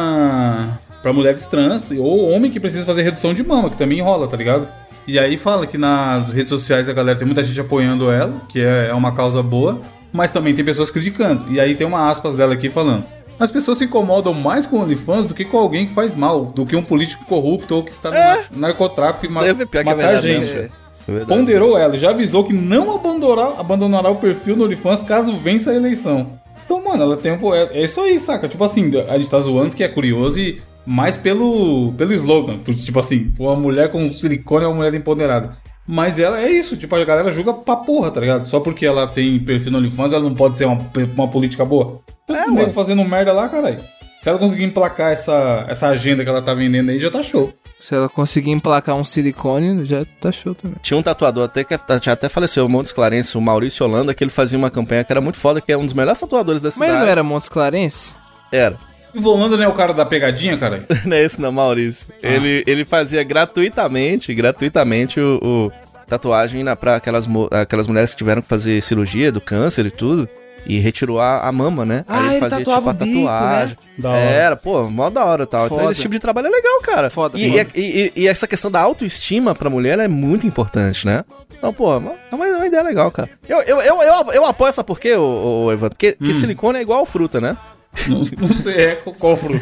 para para mulheres trans ou homem que precisa fazer redução de mama, que também rola, tá ligado? E aí fala que nas redes sociais a galera tem muita gente apoiando ela, que é, é uma causa boa, mas também tem pessoas criticando. E aí tem uma aspas dela aqui falando: As pessoas se incomodam mais com o OnlyFans do que com alguém que faz mal, do que um político corrupto ou que está no nar- narcotráfico e ma
É. Deve pior que é
matar
verdade
gente.
mesmo, cara. É verdade.
Ponderou ela e já avisou que não abandonará, abandonará o perfil no OnlyFans caso vença a eleição. Então, mano, ela tem um. po- É, é isso aí, saca? Tipo assim, a gente tá zoando que é curioso e. Mais pelo, pelo slogan. por- Tipo assim, uma mulher com silicone é uma mulher empoderada. Mas ela é isso, tipo, a galera julga pra porra, tá ligado? Só porque ela tem perfil no OnlyFans, ela não pode ser uma, uma política boa. Tanto nego
mano.
fazendo merda lá, caralho. Se ela conseguir emplacar essa, essa agenda que ela tá vendendo aí, já tá show.
Se ela conseguir emplacar um silicone, já tá show também.
Tinha um tatuador até que já até faleceu, o Montes Clarence, o Maurício Holanda, que ele fazia uma campanha que era muito foda, que é um dos melhores tatuadores da
Mas
cidade.
ele não era Montes Clarence?
Era.
E o Volando não é o cara da pegadinha, caralho?
Não é esse não, Maurício.
Ah.
Ele, ele fazia gratuitamente, gratuitamente o, o tatuagem na, pra aquelas, mo- aquelas mulheres que tiveram que fazer cirurgia do câncer e tudo. e retirou a, a mama, né?
Ah, ele tatuava o bico,
né? Da hora.
Era, pô, mó da hora e tal.
Foda.
Então esse tipo de trabalho é legal, cara.
Foda,
E,
foda.
E, e- e essa questão da autoestima pra mulher ela é muito importante, né? Então, pô, é uma, é uma ideia legal, cara. Eu, eu, eu, eu, eu apoio essa porque, ô, ô, Evan, porque que
Hum.
silicone é igual fruta, né?
Não, não sei é qual- qual fruto.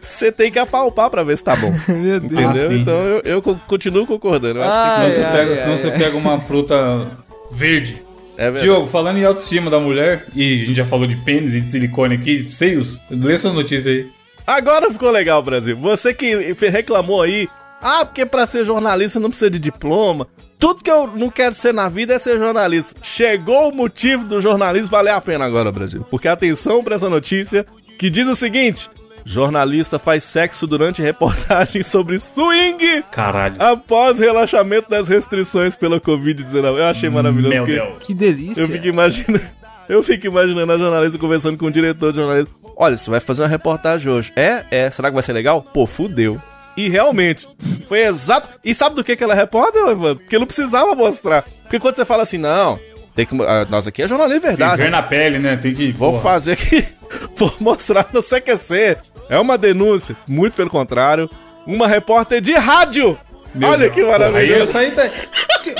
Você tem que apalpar pra ver se tá bom.
Meu Deus.
Entendeu?
Ah, sim.
então eu, eu co- continuo concordando. Eu acho
Ah,
Senão,
Ai,
você,
ai,
pega,
é,
ai,
senão
ai.
você pega uma fruta verde.
que é verdade.
Diogo, falando em autoestima da mulher, e a gente já falou de pênis e de silicone aqui, seios, lê sua notícia aí.
Agora ficou legal, Brasil. Você que reclamou aí, ah, porque pra ser jornalista não precisa de diploma. Tudo que eu não quero ser na vida é ser jornalista. Chegou o motivo do jornalismo valer a pena agora, Brasil. Porque atenção pra essa notícia que diz o seguinte: jornalista faz sexo durante reportagem sobre swing
Caralho.
Ah, após relaxamento das restrições pela Covid-19. Eu achei maravilhoso.
Meu
porque-
Deus.
Que delícia.
é.
eu fico imaginando. Eu fico imaginando a jornalista conversando com o diretor de jornalismo. Olha, você vai fazer uma reportagem hoje. É? É. Será que vai ser legal? Pô, fudeu. E realmente, foi exato. E sabe do que que ela é repórter, Evandro? Porque não precisava mostrar. Porque quando você fala assim, não, tem que. ah, Nós aqui é jornalismo de verdade.
Viver na pele, né? Tem que.
Vou
porra.
fazer aqui. Vou mostrar no CQC. É uma denúncia. Muito pelo contrário. Uma repórter de rádio.
Meu
Olha
Deus.
que
Aí
maravilhoso.
essa aí tá.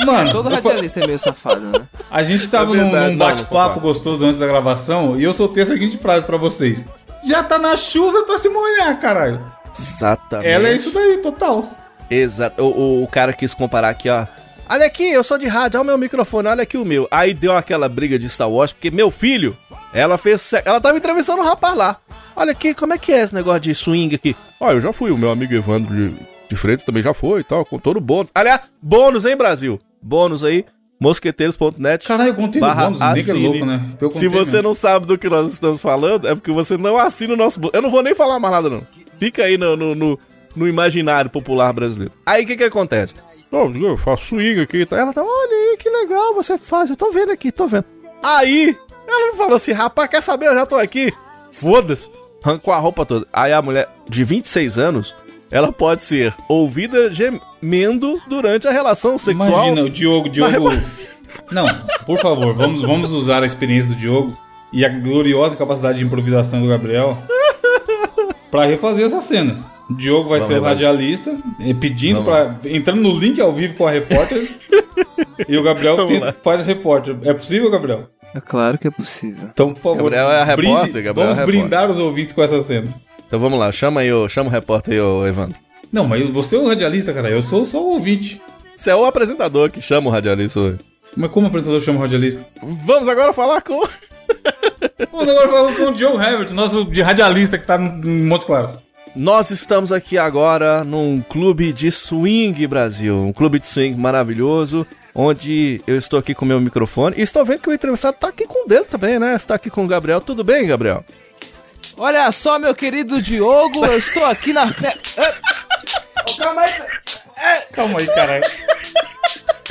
Mano,
Todo radialista é meio safado, né?
a gente tava
É
num-
verdade,
num
não,
bate-papo
concordo.
gostoso antes da gravação e eu soltei a seguinte frase pra vocês: Já tá na chuva pra se molhar, caralho.
Exatamente.
é- Ela é isso daí, total.
Exato. O, o- o cara quis comparar aqui, ó. Olha aqui, eu sou de rádio, olha o meu microfone, olha aqui o meu. Aí deu aquela briga de Star Wars, porque meu filho, ela fez. se- Ela tava entrevistando um rapaz lá. Olha aqui, como é que é esse negócio de swing aqui? Ó, eu já fui, o meu amigo Evandro de, de Freitas também já foi e tal, com todo o bônus. Aliás, bônus, hein, Brasil? Bônus aí, mosqueteiros.net.
Caralho, o conteúdo
Barra
bônus, o nego é
assine.
louco, né? Pelo
Se
conteúdo
você
mesmo.
não sabe do que nós estamos falando, é porque você não assina o nosso. bo- Eu não vou nem falar mais nada, não. Fica aí no, no, no- no imaginário popular brasileiro. Aí o que, que acontece?
Não, eu faço swing aqui e tal.
Ela tá, olha aí, que legal você faz. Eu tô vendo aqui, tô vendo. Aí, ela falou assim: rapaz, quer saber? Eu já tô aqui. Foda-se. Arrancou a roupa toda. Aí a mulher de 26 anos, ela pode ser ouvida gemendo durante a relação sexual.
Imagina, o Diogo, Diogo.
é
Não, por favor, vamos, vamos usar a experiência do Diogo e a gloriosa capacidade de improvisação do Gabriel pra refazer essa cena. O Diogo vai ser o radialista, eh, pedindo para entrando no link ao vivo com a repórter. e o Gabriel tenta- faz a repórter. É possível, Gabriel?
É claro que é possível.
Então, por favor,
Gabriel é a repórter, Gabriel
vamos
é a repórter.
brindar os ouvintes com essa cena.
Então vamos lá, chama aí, o- chama o repórter aí, ô, Evandro.
Não, mas você é o radialista, cara. Eu sou só o ouvinte.
Você é o apresentador que chama o radialista hoje.
Mas como o apresentador chama o radialista?
Vamos agora falar com.
Vamos agora falar com o Diogo Herbert, nosso de radialista que tá em Montes Claros.
Nós estamos aqui agora num clube de swing, Brasil. Um clube de swing maravilhoso, onde eu estou aqui com o meu microfone e estou vendo que o entrevistado tá aqui com o dedo também, né? Está aqui com o Gabriel. Tudo bem, Gabriel?
Olha só, meu querido Diogo, eu estou aqui na fe... Calma aí,
Calma aí, caralho.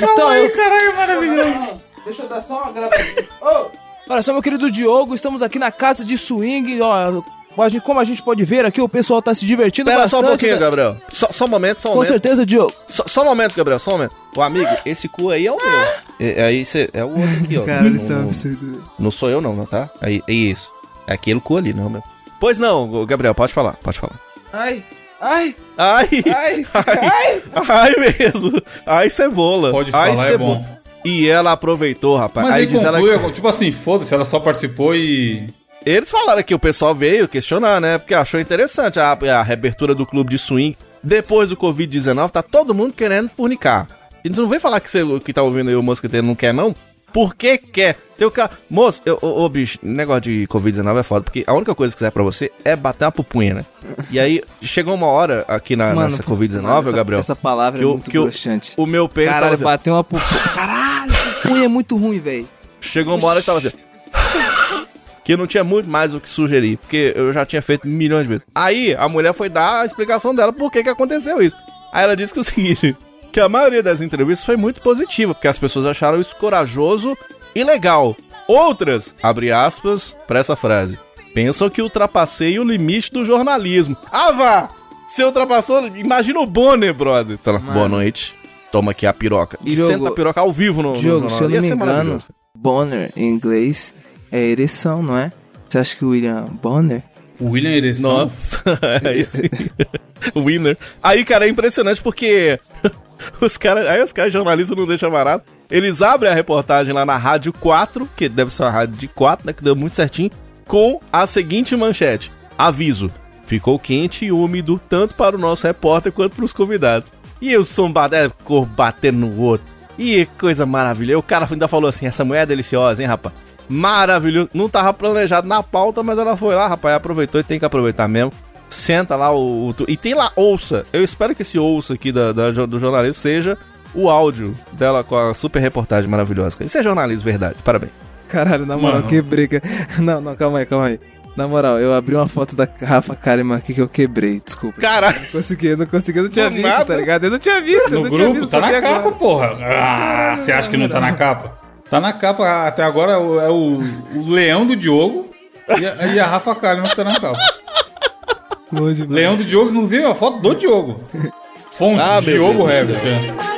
então, eu...
é
Caralho, maravilhoso.
Deixa eu dar só uma gravadinha. Ô! Olha só, meu querido Diogo, estamos aqui na casa de swing, ó. a gente- Como a gente pode ver aqui, o pessoal tá se divertindo
Espera só
bastante.
um pouquinho,
né?
Gabriel. Só, só um momento, só um
Com
momento.
certeza, Diogo.
Só, só um momento, Gabriel, só um momento. Ô, amigo, esse cu aí é o meu.
Ah!
É- aí você. É o outro aqui, ó. Não- não-
absurdo.
Não sou eu não, não, tá? É, é isso. É aquele cu ali, não, meu. Pois não, ô, Gabriel, pode falar, pode falar.
Ai, ai,
Ai,
ai, ai.
ai mesmo. Ai, cebola.
Pode
ai,
falar, é
cebola.
bom.
E ela aproveitou, rapaz.
Mas
aí
aí
diz ela...
conclui, tipo assim, foda-se, ela só participou e.
Eles falaram que o pessoal veio questionar, né? Porque achou interessante a, a reabertura do clube de swing. Depois do Covid-19, tá todo mundo querendo fornicar. E tu não vem falar que você que tá ouvindo aí o mosqueteiro não quer, não? Por que quer? Teu ca... Moço, eu- ô, ô, bicho, negócio de Covid-19 é foda, porque a única coisa que serve pra você é bater a pupunha, né? E aí, chegou uma hora aqui na, nessa Ah, Covid-19,
essa-
Gabriel,
Essa palavra
que,
é
o,
muito
que o,
broxante.
o meu pênis tava
Caralho,
assim,
bateu uma pupunha. Caralho, pupunha é muito ruim, velho.
Chegou uma hora que tava assim. Que não tinha muito mais o que sugerir, porque eu já tinha feito milhões de vezes. Aí a mulher foi dar a explicação dela por que, que aconteceu isso. Aí ela disse que é o seguinte: que a maioria das entrevistas foi muito positiva, porque as pessoas acharam isso corajoso e legal. Outras, abre aspas, pra essa frase, pensam que ultrapassei o limite do jornalismo. Ah, vá! Você ultrapassou, imagina o Bonner, brother. Tá lá,
Mano.
Boa noite. Toma aqui a piroca. E
Diogo-
senta a piroca ao vivo no. no-
Diogo,
no-
se eu
Ia
não me
ser
engano,
maravilhoso.
boner em inglês É ereção, não é? Você acha que o William Bonner?
O William Ereção.
Nossa, aí sim. Winner. Aí, cara, é impressionante porque os caras. Aí os caras jornalistas não deixam barato. Eles abrem a reportagem lá na Rádio 4, que deve ser a Rádio de 4, né? Que deu muito certinho, com a seguinte manchete: Aviso. Ficou quente e úmido, tanto para o nosso repórter quanto para os convidados. E o som bate- é, cor batendo no outro. E coisa maravilhosa. O cara ainda falou assim: essa mulher é deliciosa, hein, rapaz? Maravilhoso. Não tava planejado na pauta, mas ela foi lá, rapaz, aproveitou e tem que aproveitar mesmo. Senta lá o. o tu- e tem lá ouça. Eu espero que esse ouça aqui da, da jo- do jornalista seja o áudio dela com a super reportagem maravilhosa. Isso é jornalismo, verdade. Parabéns.
Caralho, na moral,
Mano.
que briga. Não, não, calma aí, calma aí. Na moral, eu abri uma foto da Rafa Kalimann aqui que eu quebrei, desculpa.
Caralho,
Não consegui, eu não consegui, eu não tinha
Do
visto,
nada?
tá ligado? Eu não tinha visto, eu
No
não tinha
grupo,
visto.
tá
só vi
na
agora.
capa, porra. Ah, você acha que não tá na capa? Tá na capa, até agora é o, é o- o Leão do Diogo e a, e a Rafa Kalimann que tá na capa.
Longe demais.
Leão do Diogo, inclusive, é uma foto do Diogo. Fonte,
Ah, meu
Diogo
Deus do
Herbert. é.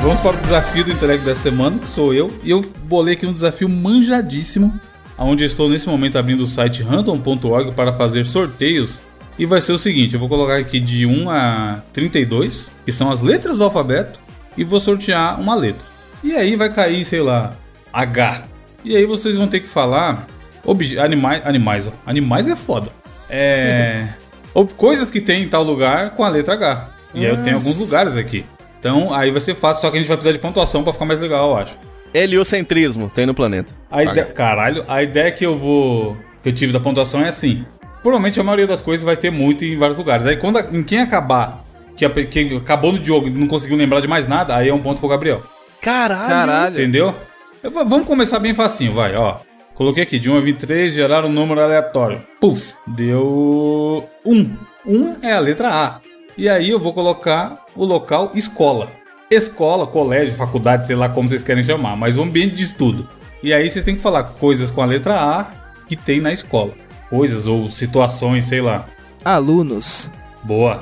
Vamos para o desafio do intelecto dessa semana, que sou eu. E eu bolei aqui um desafio manjadíssimo, onde eu estou nesse momento abrindo o site random.org para fazer sorteios. E vai ser o seguinte, eu vou colocar aqui de 1 a 32, que são as letras do alfabeto, e vou sortear uma letra. E aí vai cair, sei lá, H. E aí vocês vão ter que falar obje- animais, animais, ó. Animais é foda. É. ou coisas que tem em tal lugar com a letra H. E aí eu tenho alguns lugares aqui. Então aí vai ser fácil, só que a gente vai precisar de pontuação pra ficar mais legal, eu acho.
heliocentrismo tem no planeta.
A ideia, caralho, a ideia que eu vou. que eu tive da pontuação é assim. Provavelmente a maioria das coisas vai ter muito em vários lugares. Aí quando a- em quem acabar, que, a, que acabou no Diogo e não conseguiu lembrar de mais nada, aí é um ponto pro Gabriel.
Caralho.
Caralho.
Entendeu? Eu vou- vamos começar bem facinho, vai, ó. Coloquei aqui, de 1 a 23, gerar um número aleatório. Puf, deu 1. 1 é a letra A. E aí eu vou colocar o local escola. Escola, colégio, faculdade, sei lá como vocês querem chamar, mas o ambiente de estudo. E aí vocês têm que falar coisas com a letra A que tem na escola. Coisas ou situações, sei lá.
Alunos.
Boa.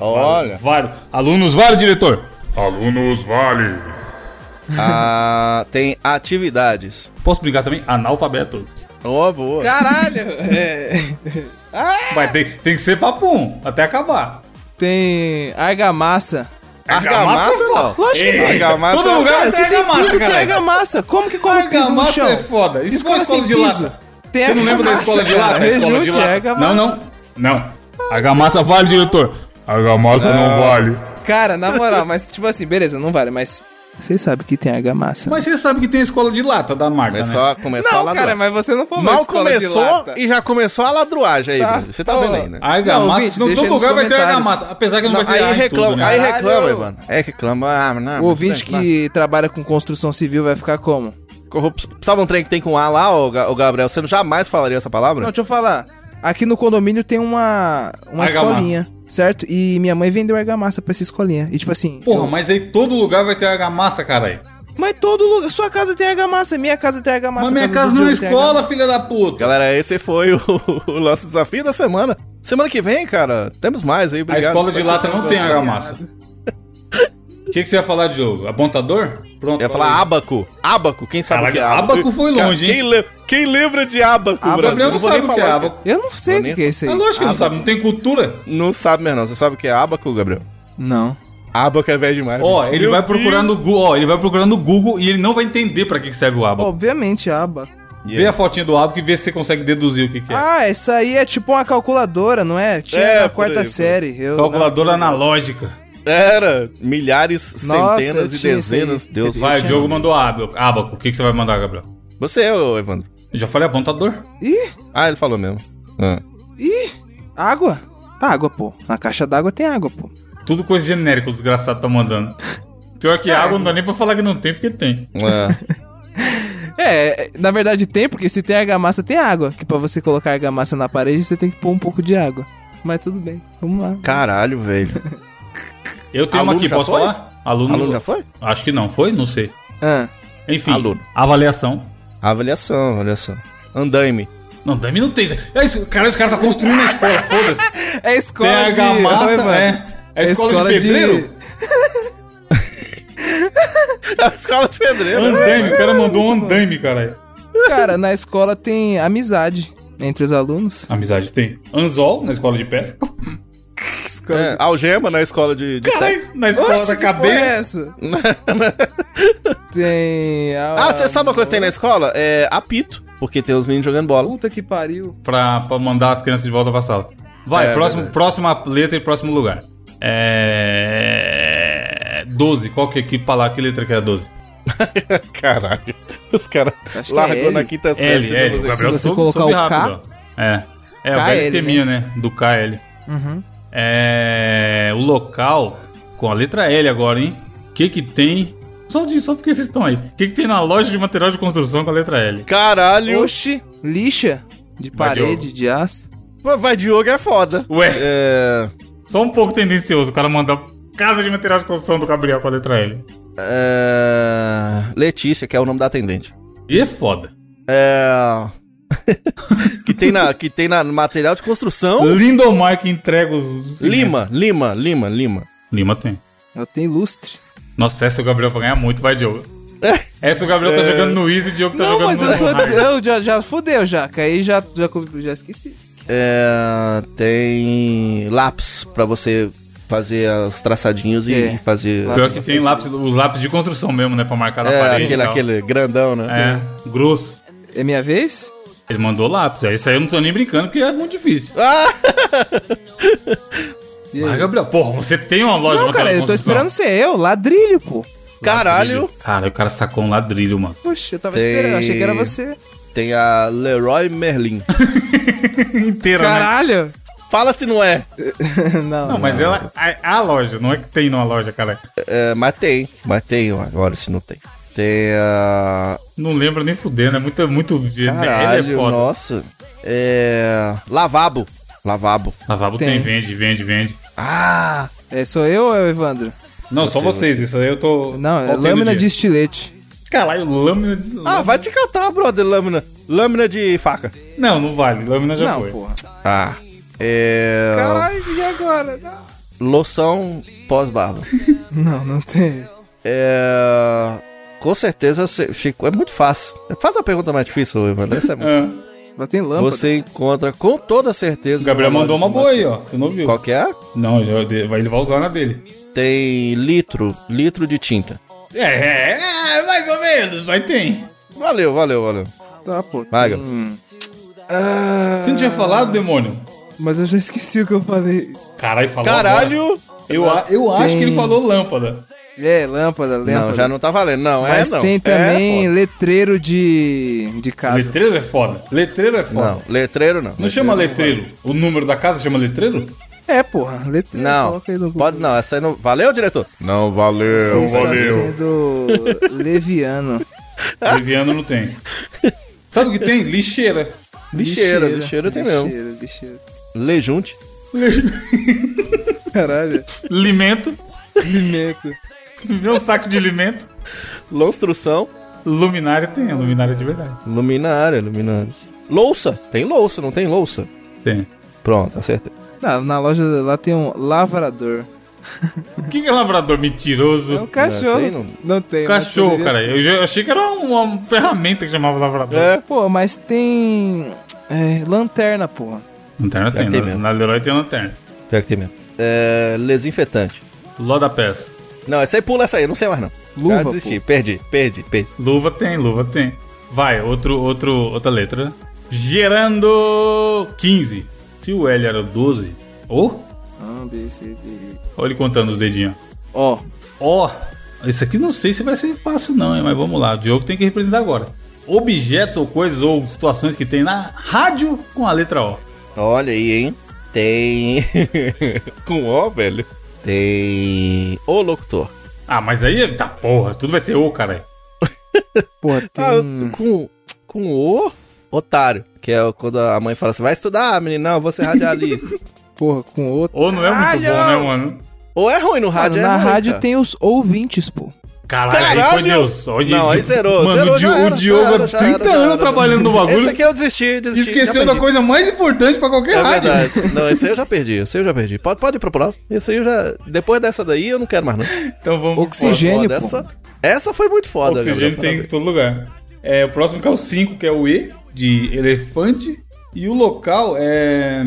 Vale,
Olha.
vale. Alunos, vale, diretor.
Alunos Vale.
Ah, tem atividades.
Posso brincar também? Analfabeto.
Ó, boa.
Caralho! É.
Mas tem, tem que ser papum, até acabar.
Tem argamassa.
Argamassa, não.
Lógico que tem.
Argamassa.
Todo lugar
Cara,
tem
se tem
argamassa,
piso, tem
cara.
argamassa. Como que coloca o piso no
Argamassa
chão?
é foda. Isso foi a escola de lata.
Tem
Você não lembra da
argamassa,
escola de
cara.
lata? A escola de
Rejunte, é
lata.
argamassa.
Não, não. Não. Argamassa vale, diretor.
Argamassa não vale.
Cara, na moral, mas tipo assim, beleza, não vale, mas... Vocês sabem que tem argamassa.
Mas você sabe que tem a escola de lata da Marta,
Mas
né?
só começou a
não,
ladrar.
cara, mas você não falou
Mal
escola de
começou
lata.
e já começou a ladruagem aí,
Tá,
Brasil. Você tá
pô.
vendo aí, né?
Não,
Argamassa.
ouvinte,
Não,
deixa aí
todo
nos
lugar vai ter
comentários.
argamassa. Apesar que não,
Não,
vai ser
aí
A em tudo,
reclama,
né?
aí
Caralho.
reclama, Ivan. É que reclama. Ah, não,
O ouvinte
mas-
que trabalha com construção civil vai ficar como?
Corrupção. Sabe um trem que tem com A lá, ô, Ga- ô Gabriel? Você não jamais falaria essa palavra?
Não, tipo- deixa eu falar. Aqui no condomínio tem uma, uma
Argamassa.
escolinha, certo? E minha mãe vendeu argamassa pra essa escolinha. E tipo assim,
Porra, mas aí todo lugar vai ter argamassa, caralho.
mas todo lugar, sua casa tem argamassa, minha casa tem argamassa.
Mas
a
minha casa
do
não é
Diogo tem
escola,
argamassa.
filha da puta.
Galera, esse foi o, o nosso desafio da semana. Semana que vem, cara, temos mais aí,
A
obrigado.
escola de
Espero que
lata
vocês
não tem
tenham gostado.
argamassa. O que, que você ia falar, Diogo? Apontador? Pronto.
Eu ia
fala
falar
aí.
abaco. Abaco, quem sabe
Caralho,
o que é abaco?
abaco foi
Cara,
longe, hein?
Quem, le- quem lembra de abaco,
O
Brasil?
Gabriel não
vou
sabe
nem
o que é
falar
abaco.
Eu não sei
Não,
o que
nem-
que é isso
É
aí.
lógico que não sabe, não tem cultura.
Não sabe mesmo, não. Você sabe o que é abaco, Gabriel?
Não.
Abaco é velho demais.
Ó,
bicho.
ele
Meu
vai
Deus.
procurar no Google, ó, ele vai procurar no Google e ele não vai entender pra que que serve o aba.
Obviamente, aba.
Vê a fotinha do aba e vê se você consegue deduzir o que, que é.
Ah, isso aí é tipo uma calculadora, não é? Tinha
É,
na
por aí,
quarta
por aí.
série. Eu, né?
Calculadora analógica.
Era milhares,
Nossa, eu
centenas e
tinha isso aí.
dezenas. Deus
Vai, o
Tinha.
Diogo mandou abaco. Abaco, o que, que você vai mandar, Gabriel?
Você, ô, Evandro.
Eu já falei apontador.
Ih,
Ah, ele falou mesmo. Ah.
ih, água. Tá água, pô. Na caixa d'água tem água, pô.
Tudo coisa genérica o desgraçado tá mandando. Pior que água não dá nem pra falar que não tem, porque tem.
É.
É, é, na verdade tem, porque se tem argamassa, tem água. Que pra você colocar argamassa na parede, você tem que pôr um pouco de água. Mas tudo bem, vamos lá.
Caralho, velho.
Eu tenho uma
Aluno
aqui,
já
posso
foi?
falar? Aluno,
Aluno já foi?
Acho que não, foi? Não sei.
Ah,
Enfim,
Aluno.
avaliação.
Avaliação, avaliação. Andaime.
Não, também não tem. É isso, Cara, esse cara tá construindo a escola, foda-se.
É
Tem
escola de...
argamassa,
mano.
né? É escola, de pedreiro?
É a escola de pedreiro.
Andaime, o cara mandou um andaime, caralho.
Cara, na escola tem amizade entre os alunos.
Amizade tem. Anzol na escola de pesca.
Escola
É, algema na escola de, de sexo.
Caralho, na escola da cadeia.
é essa? tem... a-
Ah, você sabe uma coisa que tem na escola? É apito, porque tem os meninos jogando bola.
Puta que pariu.
Pra, pra mandar as crianças de volta pra sala. Vai,
É,
próximo, próxima letra e próximo lugar. É. 12. Qual que é que palavra? Que letra que é 12?
Caralho. Os caras
Acho que é
largou
L.
na quinta série. assim.
L, L.
dando
O
os-
Gabriel
então você
soube-
colocar
soube
o K,
rápido, ó. É. É, o
KL,
velho esqueminha, né? Do KL.
Uhum.
É. O local com a letra L agora, hein? O que que tem. Só, de, só porque vocês estão aí. O que que tem na loja de material de construção com a letra L?
Caralho.
Oxi, lixa de
Vai,
parede, de aço.
Vai Diogo é foda.
Ué,
É.
só um pouco tendencioso o cara mandar casa de material de construção do Gabriel com a letra L.
é, Letícia, que é o nome da atendente.
E é foda.
É. que tem na que tem na no material de construção.
Lindomar que entrega os.
Lima, Lima, Lima, Lima.
Lima tem.
Ela tem lustre.
Nossa, essa o Gabriel vai ganhar muito, vai, Diogo. Essa o Gabriel tá jogando no Easy e o Diogo tá
É. Não,
jogando
mas
no
eu sou...
Raio.
Eu já, já fudeu, já. que aí já, já, já esqueci.
É, tem lápis pra você fazer os traçadinhos e
É.
fazer
Pior que tem lápis, os lápis de construção mesmo, né? Pra marcar na
é,
parede.
aquele,
e tal.
aquele grandão, né?
É, grosso.
É minha vez?
Ele mandou lápis. Aí isso aí eu não tô nem brincando, porque é muito difícil.
Ah!
E
Mas,
aí?
Gabriel, porra, você tem uma então. loja
Não,
de material
cara,
de
eu tô
construção?
esperando ser eu, ladrilho, pô.
Caralho!
Cara, o cara sacou um ladrilho, mano.
Poxa, eu tava
Tem-
esperando, achei que era você.
Tem a Leroy Merlin.
Inteira, né?
Caralho!
Fala se não é.
não,
Não, mas ela. A, a loja, não é que tem numa loja, cara.
é mas tem, mas tem agora se não tem. Tem a.
Não lembro nem fudendo, é muito. muito ele
Caralho,
é foda.
nossa. É. Lavabo. Lavabo.
Lavabo tem.
Tem.
vende, vende, vende.
Ah!
É, sou eu ou é o Evandro?
Não, só vocês, isso aí eu tô.
Não, é
faltando
lâmina de
dia.
estilete.
Caralho, lâmina de.
Ah, vai te catar, brother, lâmina. Lâmina de faca.
Não, não vale, lâmina já
não,
foi.
porra.
Ah. É.
Caralho, e agora? Não.
Loção pós-barba.
não, não tem.
é. Com certeza, você- Chico, é muito fácil. Faz a pergunta mais difícil, Evandro. essa é muito-
Ah,
Ela tem lâmpada.
Você encontra com toda certeza.
o Gabriel
loja
mandou
de
uma boa aí, ó. Você não viu?
Qual que é?
Não, já- ele vai usar na dele.
Tem litro, litro de tinta.
É, é, é, mais ou menos, vai ter.
Valeu, valeu, valeu.
Tá, pô.
Vai, Gab.
Hum. Ah,
Você não tinha falado, demônio?
mas eu já esqueci o que eu falei.
Caralho, falou agora.
Caralho!
Eu, a- eu acho que ele falou lâmpada.
É, lâmpada, lâmpada.
Não, já não tá valendo. Não,
Mas
é não.
tem
É,
também
pô.
letreiro de, de casa.
Letreiro é foda. Letreiro é foda. Não,
Não, letreiro não.
chama letreiro. é O número da casa chama letreiro?
É, porra, letreiro.
Não,
coloca aí no Google.
pode não, essa aí não. Valeu, diretor? Não, valeu,
Você está sendo leviano.
Leviano não tem. Sabe o que tem? Lixeira.
Lixeira, lixeira tem mesmo.
Lixeira, lixeira.
Lejunte.
Caralho.
Limento.
Pimenta.
Vê um saco de alimento.
Lonstrução.
Luminária tem, a luminária é de verdade.
Luminária, luminária. Louça. Tem louça, não tem louça?
Tem.
Pronto, acertei.
Na, na loja lá tem um lavrador. É um
O que que é lavrador mentiroso?
cachorro. sei não.
tem. mas
Cachorro,
poderia-
cara. Eu já- eu achei que era uma, uma ferramenta que chamava lavrador.
É.
Pô, mas tem. é, lanterna, porra.
Lanterna tem.
tem
na,
mesmo.
na Leroy tem lanterna.
Pior que tem mesmo. É, Lesinfetante.
Ló da peça.
Não, essa aí pula essa aí, eu não sei mais não.
Luva,
Já desisti, perdi, perdi, perdi.
Luva tem, luva tem. Vai, outro, outro, outra letra. Gerando 15. Se o L era o 12. Ô,
Ah,
A, B, C, D.
olha ele contando os dedinhos.
Ó,
Ó, isso aqui não sei se vai ser fácil não, hein? mas vamos lá. O Diogo tem que representar agora. Objetos ou coisas ou situações que tem na rádio com a letra O.
Olha aí, hein? Tem. Com O, velho. Tem. O locutor.
Ah, mas aí, tá porra, tudo vai ser O, caralho.
porra, tem.
Ah, com, com o otário. Que é quando a mãe fala assim: vai estudar, menino, não, eu vou ser radialista.
Porra, com outro.
O não é muito
Caralho!
bom, né, mano?
Ou é ruim no rádio,
Mano,
é
na
ruim,
rádio
cara.
tem os ouvintes, pô.
Caralho, aí
Caralho!
foi Deus. Hoje,
Não, aí zerou,
Mano,
zerou,
o, Di-
já
o
era,
Diogo
já era,
há
já
30
era, já
anos
era.
trabalhando no bagulho.
Esse aqui eu desisti, desisti.
Esqueceu
já
da
perdi.
coisa mais importante pra qualquer
É
rádio.
verdade. Não, esse aí eu já perdi, esse aí eu já perdi. Pode, pode ir pro próximo. Esse aí eu já. Depois dessa daí eu não quero mais, não.
Então vamos.
Oxigênio,
Foda,
pô.
Essa, essa foi muito
pro
foda, né,
próximo.
Gabriel,
Oxigênio tem em
parabéns.
todo lugar. É, o próximo que é o 5, que é o E, de elefante. E o local é.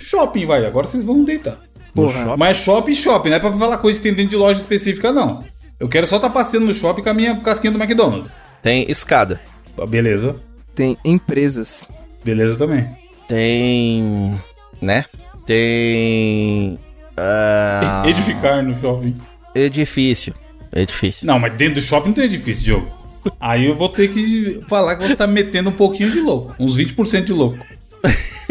Shopping, vai. Agora vocês vão deitar.
Porra.
Mas shopping, shopping. Não é pra falar coisa que tem dentro de loja específica, não. Eu quero só estar passeando no shopping com a minha casquinha do McDonald's.
Tem escada.
Ah, Beleza.
Tem empresas.
Beleza também.
Tem. né? Tem. ah,
Edificar no shopping.
edifício. Edifício.
Não, mas dentro do shopping não tem edifício, Diogo. Aí eu vou ter que falar que você tá metendo um pouquinho de louco. Uns 20% de louco.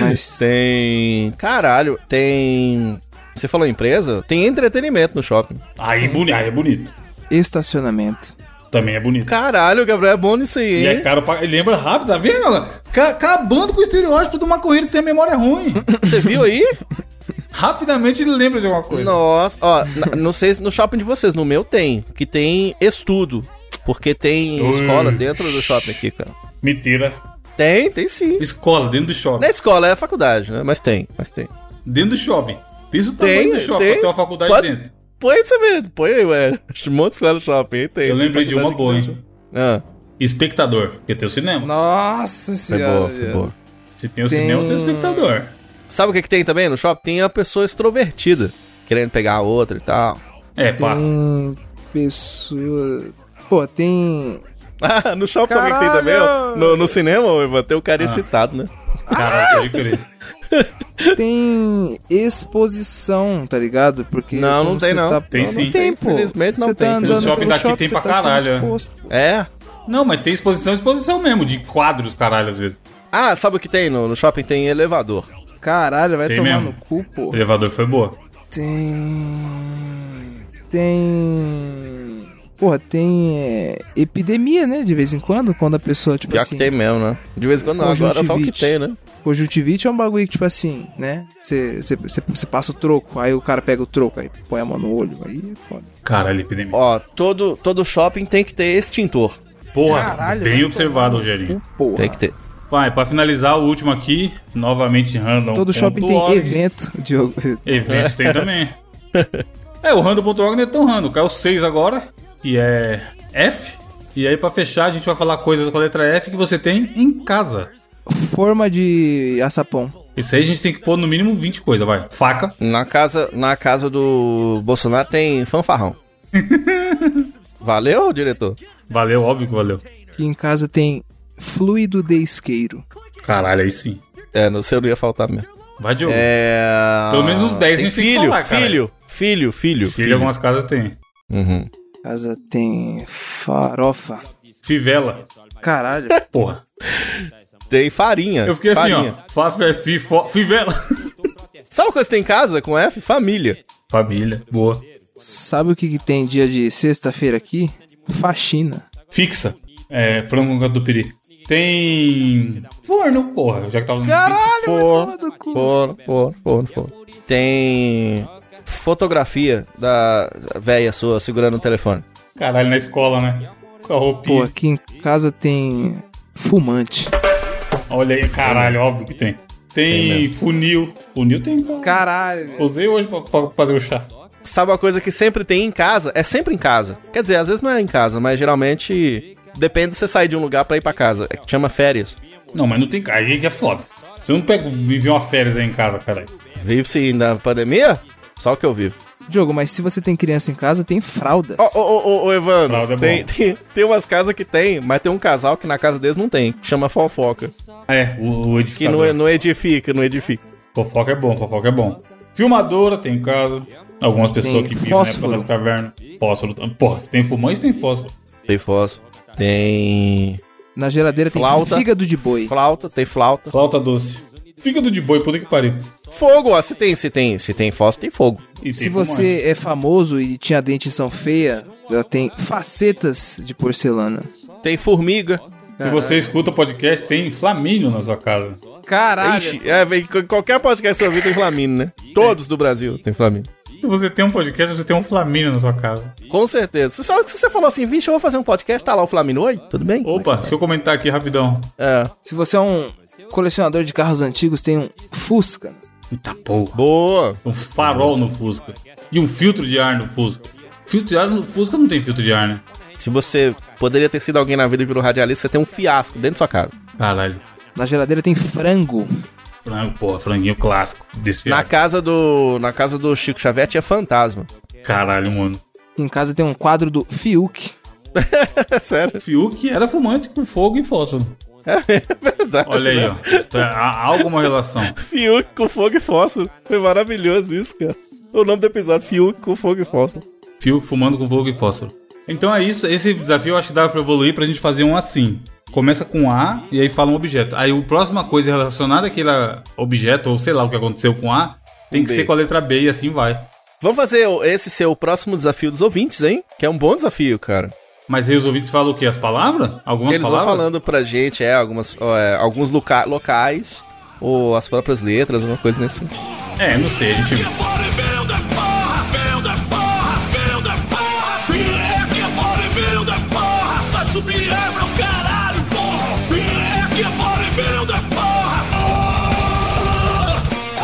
Mas
Tem. Caralho, tem. Você falou empresa? Tem entretenimento no shopping.
Aí, boni aí é bonito.
estacionamento.
Também é bonito.
Caralho, Gabriel, é bom nisso aí,
E é
hein?
caro pra... Ele lembra rápido, tá vendo? Alan? Ca- Acabando com o estereótipo de uma corrida que tem memória ruim.
Você viu aí?
Rapidamente ele lembra de alguma coisa.
Nossa, ó, na- não sei se no shopping de vocês, no meu tem. Que tem estudo. Porque tem
Ui.
escola dentro do shopping aqui, cara.
Mentira.
Tem, tem sim.
Escola, dentro do
Não
shopping.
é escola, é a faculdade, né? Mas tem, mas tem.
Dentro do shopping. Pensa o tamanho
Tem,
do shopping,
tem.
tem uma faculdade
Pode-
dentro.
Põe aí pra você ver. Põe aí, ué. Um monte de escola no shopping. aí Tem.
Eu lembrei de uma boa, hein?
Ah,
Espectador, porque tem o cinema. É
Nossa
foi
senhora.
boa, foi boa.
Se tem o
Tem-
cinema, tem o espectador.
Sabe o que, que tem também no shopping? Tem a pessoa extrovertida. Querendo pegar a outra e tal.
É, passa.
Tem pessoa. Pô, tem.
Ah, no shopping sabe o que tem
Caralho!
também? ó? No, no cinema, ó, Ivan, tem o
Ah.
cara excitado, né?
Caraca, pode crer.
Tem exposição, tá ligado? Porque.
Não, não
como
tem,
você
não.
tá-
Tem sim.
Não tem, pô.
Infelizmente, não
Você
tem.
Tá andando
No shopping
pelo
daqui tem
você
pra
tá sendo
caralho, é.
exposto.
É.
Não, mas tem exposição, exposição mesmo, de quadros, caralho, às vezes.
Ah, sabe o que tem no, no shopping? Tem elevador.
Caralho, vai
Tem
tomar
mesmo.
no cu, pô.
O elevador foi boa.
Tem. Tem. Porra, tem é, epidemia, né? De vez em quando, quando a pessoa, tipo
Já
assim.
que tem mesmo, né? De vez em quando não, agora é só o que
Conjuntivite.
tem, né?
Conjuntivite é um bagulho que, tipo assim, né? Você passa o troco, aí o cara pega o troco, aí põe a mão no olho, aí é foda.
Caralho, epidemia.
Ó, todo, todo shopping tem que ter extintor.
Porra,
Caralho,
bem
mano,
observado, Rogerinho.
Porra.
Tem que ter.
Vai, pra finalizar, o último aqui, novamente
um
random.
Todo shopping tem
org.
evento, Diogo.
Evento tem também. É, o random.org não é tão random. Caiu 6 agora, que é F. E aí, pra fechar, a gente vai falar coisas com a letra F que você tem em casa.
Forma de açapão.
Isso aí a gente tem que pôr no mínimo 20 coisas, vai. Faca.
Na casa, na casa do Bolsonaro tem fanfarrão. Valeu, diretor?
Valeu, óbvio que valeu.
Que em casa tem fluido de isqueiro.
Caralho, aí sim.
É, no seu não ia faltar mesmo.
Vai, Diogo.
É...
Pelo menos uns 10 a gente tem que
filho,
falar, cara.
Filho, filho, filho,
Filho, é algumas casas tem.
Uhum.
Casa tem farofa.
Fivela.
Caralho.
Porra.
Tem farinha.
Eu fiquei assim,
farinha.
ó. Fá, fé, fi, fó, fivela.
Sabe o que você tem em casa com F? Família.
Família. Boa.
Sabe o que, que tem dia de sexta-feira aqui? Faxina.
Fixa. É, frango com gato do piri. Tem. Forno, porra. Já que tá tava no. Caralho!
Por, por, por, por, por. Tem fotografia da véia sua segurando o telefone.
Caralho, na escola, né? Com a
Pô,
roupinha.
aqui em casa tem fumante.
Olha aí, caralho, óbvio que tem. Tem, funil. Funil tem. Cara.
Caralho.
Usei hoje pra, pra fazer o chá.
Sabe uma coisa que sempre tem em casa? É sempre em casa. Quer dizer, às vezes não é em casa, mas geralmente depende se você sair de um lugar pra ir pra casa. É que chama férias.
Não, mas não tem. Aí que é foda. Você não pega viver uma férias aí em casa, caralho.
Vive-se na pandemia? Só o que eu vivo.
Diogo, mas se você tem criança em casa, tem fraldas.
Ô, ô, ô, ô, ô, Evandro,
Fralda é
tem,
bom.
tem, tem umas casas que tem, mas tem um casal que na casa deles não tem, que chama fofoca.
É, o, o
Que não,
edificador.
não edifica, não edifica.
Fofoca é bom, fofoca é bom. Filmadora tem em casa. Algumas pessoas
Tem
que vivem
fósforo.
na época das cavernas. Fósforo. Porra, se tem fumante, tem fósforo.
Tem fósforo. Tem
Na geladeira tem
Flauta.
fígado de boi.
flauta, tem flauta.
Flauta doce. Fígado de boi, puta que pariu.
Fogo, ó, se tem, se tem, se tem fósforo, tem fogo.
E
Se
tem
você é famoso e tinha dentição feia, ela tem facetas de porcelana.
Tem formiga.
fumante. Se
Ah.
você escuta podcast, tem flamínio na sua casa.
Caralho.
É. Ixi, é, vem, qualquer podcast que você ouvir tem Flamínio, né? Todos do Brasil tem Flamínio.
Você tem um podcast, você tem um Flamínio na sua casa.
Com certeza. Só que se você falou assim, vixe, eu vou fazer um podcast, tá lá o Flamino, oi, tudo bem?
Opa, deixa eu comentar aqui rapidão.
É.
Se você é um colecionador de carros antigos, tem um Fusca.
Eita porra.
Boa.
Um farol no Fusca. E um filtro de ar no Fusca. Filtro de ar no Fusca não tem filtro de ar, né?
Se você poderia ter sido alguém na vida e virou radialista, você tem um fiasco dentro da sua casa.
Caralho.
Na geladeira tem frango.
Frango, porra, franguinho clássico.
Na
Desfiado.
casa do. Na casa do Chico Xavier tinha fantasma.
Caralho, mano.
Em casa tem um quadro do Fiuk.
É sério.
Fiuk era fumante com fogo e fósforo.
É verdade.
Olha aí, ó. Tá- Há há alguma relação.
Fiuk com fogo e fósforo. Foi maravilhoso isso, cara. O nome do episódio, Fiuk com fogo e fósforo.
Fiuk fumando com fogo e fósforo. Então é isso. Esse desafio eu acho que dava pra evoluir pra gente fazer um assim. Começa com A e aí fala um objeto. Aí a próxima coisa relacionada àquele objeto, ou sei lá o que aconteceu com A, tem
Um
que
B.
ser com a letra B e assim vai.
Vamos fazer o- esse ser o próximo desafio dos ouvintes, hein? Que é um bom desafio, cara.
Mas aí os ouvintes falam o quê? As palavras? Algumas
Eles
palavras?
vão falando pra gente, é, algumas, ó, é, alguns loca- locais, ou as próprias letras, alguma coisa nesse sentido.
É, não sei, a gente.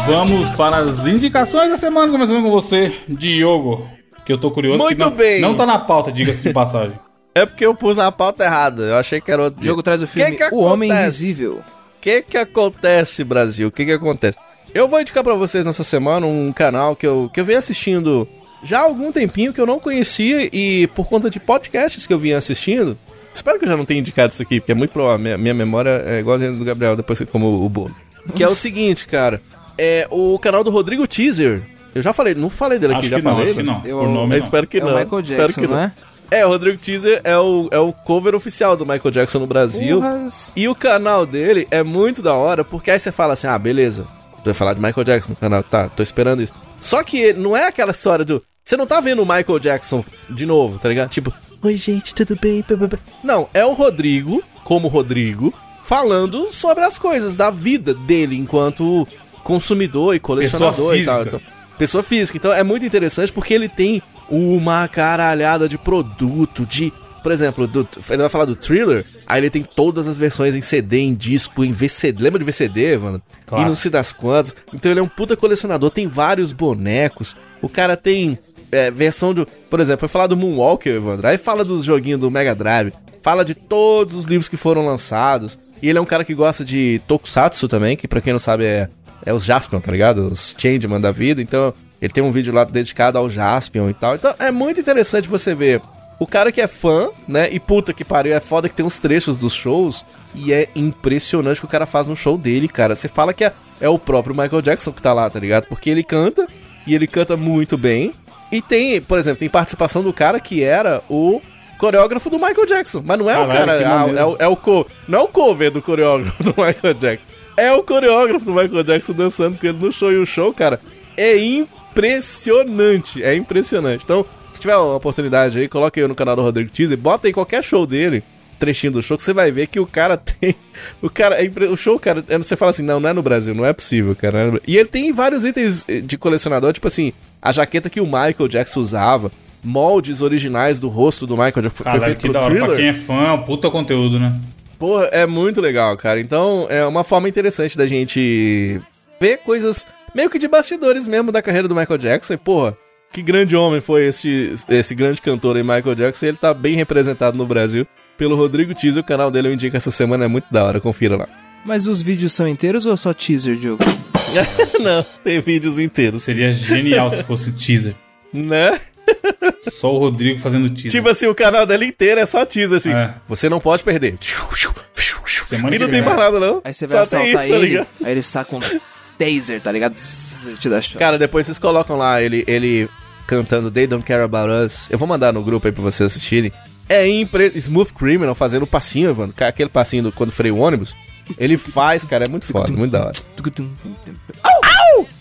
Vamos para as indicações da semana, começando com você, Diogo. Que eu tô curioso.
Muito
que não,
bem.
Não tá na pauta, diga-se de passagem.
É porque eu pus na pauta errada, eu achei que era outro
O jogo
dia.
traz o filme
que
O Homem
acontece?
Invisível.
O que que acontece, Brasil? O que que acontece? Eu vou indicar pra vocês nessa semana um canal que eu, que eu venho assistindo já há algum tempinho que eu não conhecia e por conta de podcasts que eu vinha assistindo. Espero que eu já não tenha indicado isso aqui, porque é muito provável. Minha, minha memória é igual a do Gabriel, depois que como o bolo. Que é o seguinte, cara. É o canal do Rodrigo Teaser. Eu já falei, não falei dele aqui,
acho
já
que não,
falei.
acho que
né?
não.
Eu-
Por nome,
Eu
não.
espero que
É
não.
o Michael
espero
Jackson,
que
não é?
É, o Rodrigo Teaser é o, é o cover oficial do Michael Jackson no Brasil.
Porras.
E o canal dele é muito da hora, porque aí você fala assim, ah, beleza, tu vai falar de Michael Jackson no canal, tá, tô esperando isso. Só que ele- não é aquela história do, você não tá vendo o Michael Jackson de novo, tá ligado? Tipo, oi gente, tudo bem? Pá, pá, pá." Não, é o Rodrigo, como Rodrigo, falando sobre as coisas da vida dele enquanto consumidor e colecionador e tal.
física.
Então, Pessoa física. Então é muito interessante porque ele tem uma caralhada de produto, de. Por exemplo, do- ele vai falar do thriller, aí ele tem todas as versões em CD, em disco, em VCD. Lembra de VCD, mano?
Claro.
E não sei das quantas. Então ele é um puta colecionador, tem vários bonecos. O cara tem é, versão do. Por exemplo, foi falar do Moonwalker, Evandro. Aí fala dos joguinhos do Mega Drive. Fala de todos os livros que foram lançados. E ele é um cara que gosta de Tokusatsu também, que pra quem não sabe é é os Jaspion, tá ligado? Os Changeman da vida. Então, ele tem um vídeo lá dedicado ao Jaspion e tal. Então, é muito interessante você ver o cara que é fã, né? E puta que pariu, é foda que tem uns trechos dos shows. E é impressionante o que o cara faz no show dele, cara. Você fala que é, é o próprio Michael Jackson que tá lá, tá ligado? Porque ele canta, e ele canta muito bem. E tem, por exemplo, tem participação do cara que era o coreógrafo do Michael Jackson. Mas não é
Caralho,
o cara.
que
ah,
maneiro.
é, o- é o co, não é o cover do coreógrafo do Michael Jackson. É o coreógrafo do Michael Jackson dançando com ele no show. E o show, cara, é impressionante. É impressionante. Então, se tiver uma oportunidade aí, coloca aí no canal do Rodrigo Teaser. Bota aí qualquer show dele, trechinho do show, que você vai ver que o cara tem. O cara. é impre- O show, cara, é- você fala assim, não, não é no Brasil, não é possível, cara. não é no Bra- E ele tem vários itens eh, de colecionador, tipo assim, a jaqueta que o Michael Jackson usava. Moldes originais do rosto do Michael Jackson. Foi
Caralho,
feito
que
pro
da hora. Pra
Thriller.
quem é fã, é um puta conteúdo, né?
Porra, é muito legal, cara. Então, é uma forma interessante da gente ver coisas meio que de bastidores mesmo da carreira do Michael Jackson. E, porra, que grande homem foi esse, esse grande cantor aí, Michael Jackson. E ele tá bem representado no Brasil pelo Rodrigo Teaser. O canal dele eu indico essa semana, é muito da hora. Confira lá.
Mas os vídeos são inteiros ou só teaser, Diogo?
Não, tem vídeos inteiros,
Seria genial se fosse um teaser.
né?
Só o Rodrigo fazendo teaser.
Tipo assim, o canal dele inteiro é só teaser, assim.
É.
Você não pode perder.
Semana
e não
que
tem
vem.
mais nada, não.
né? Aí você vai
só tem
assaltar
isso, tá
ele,
ligado?
aí ele saca um taser, tá ligado? Tss, ele Te dá choque.
Cara, depois vocês colocam lá ele, ele cantando They Don't Care About Us. Eu vou mandar no grupo aí pra vocês assistirem. É impre... Smooth Criminal fazendo o passinho, Evandro. Ca- Aquele passinho do, quando freia o ônibus. Ele faz, cara. É muito foda, muito da hora.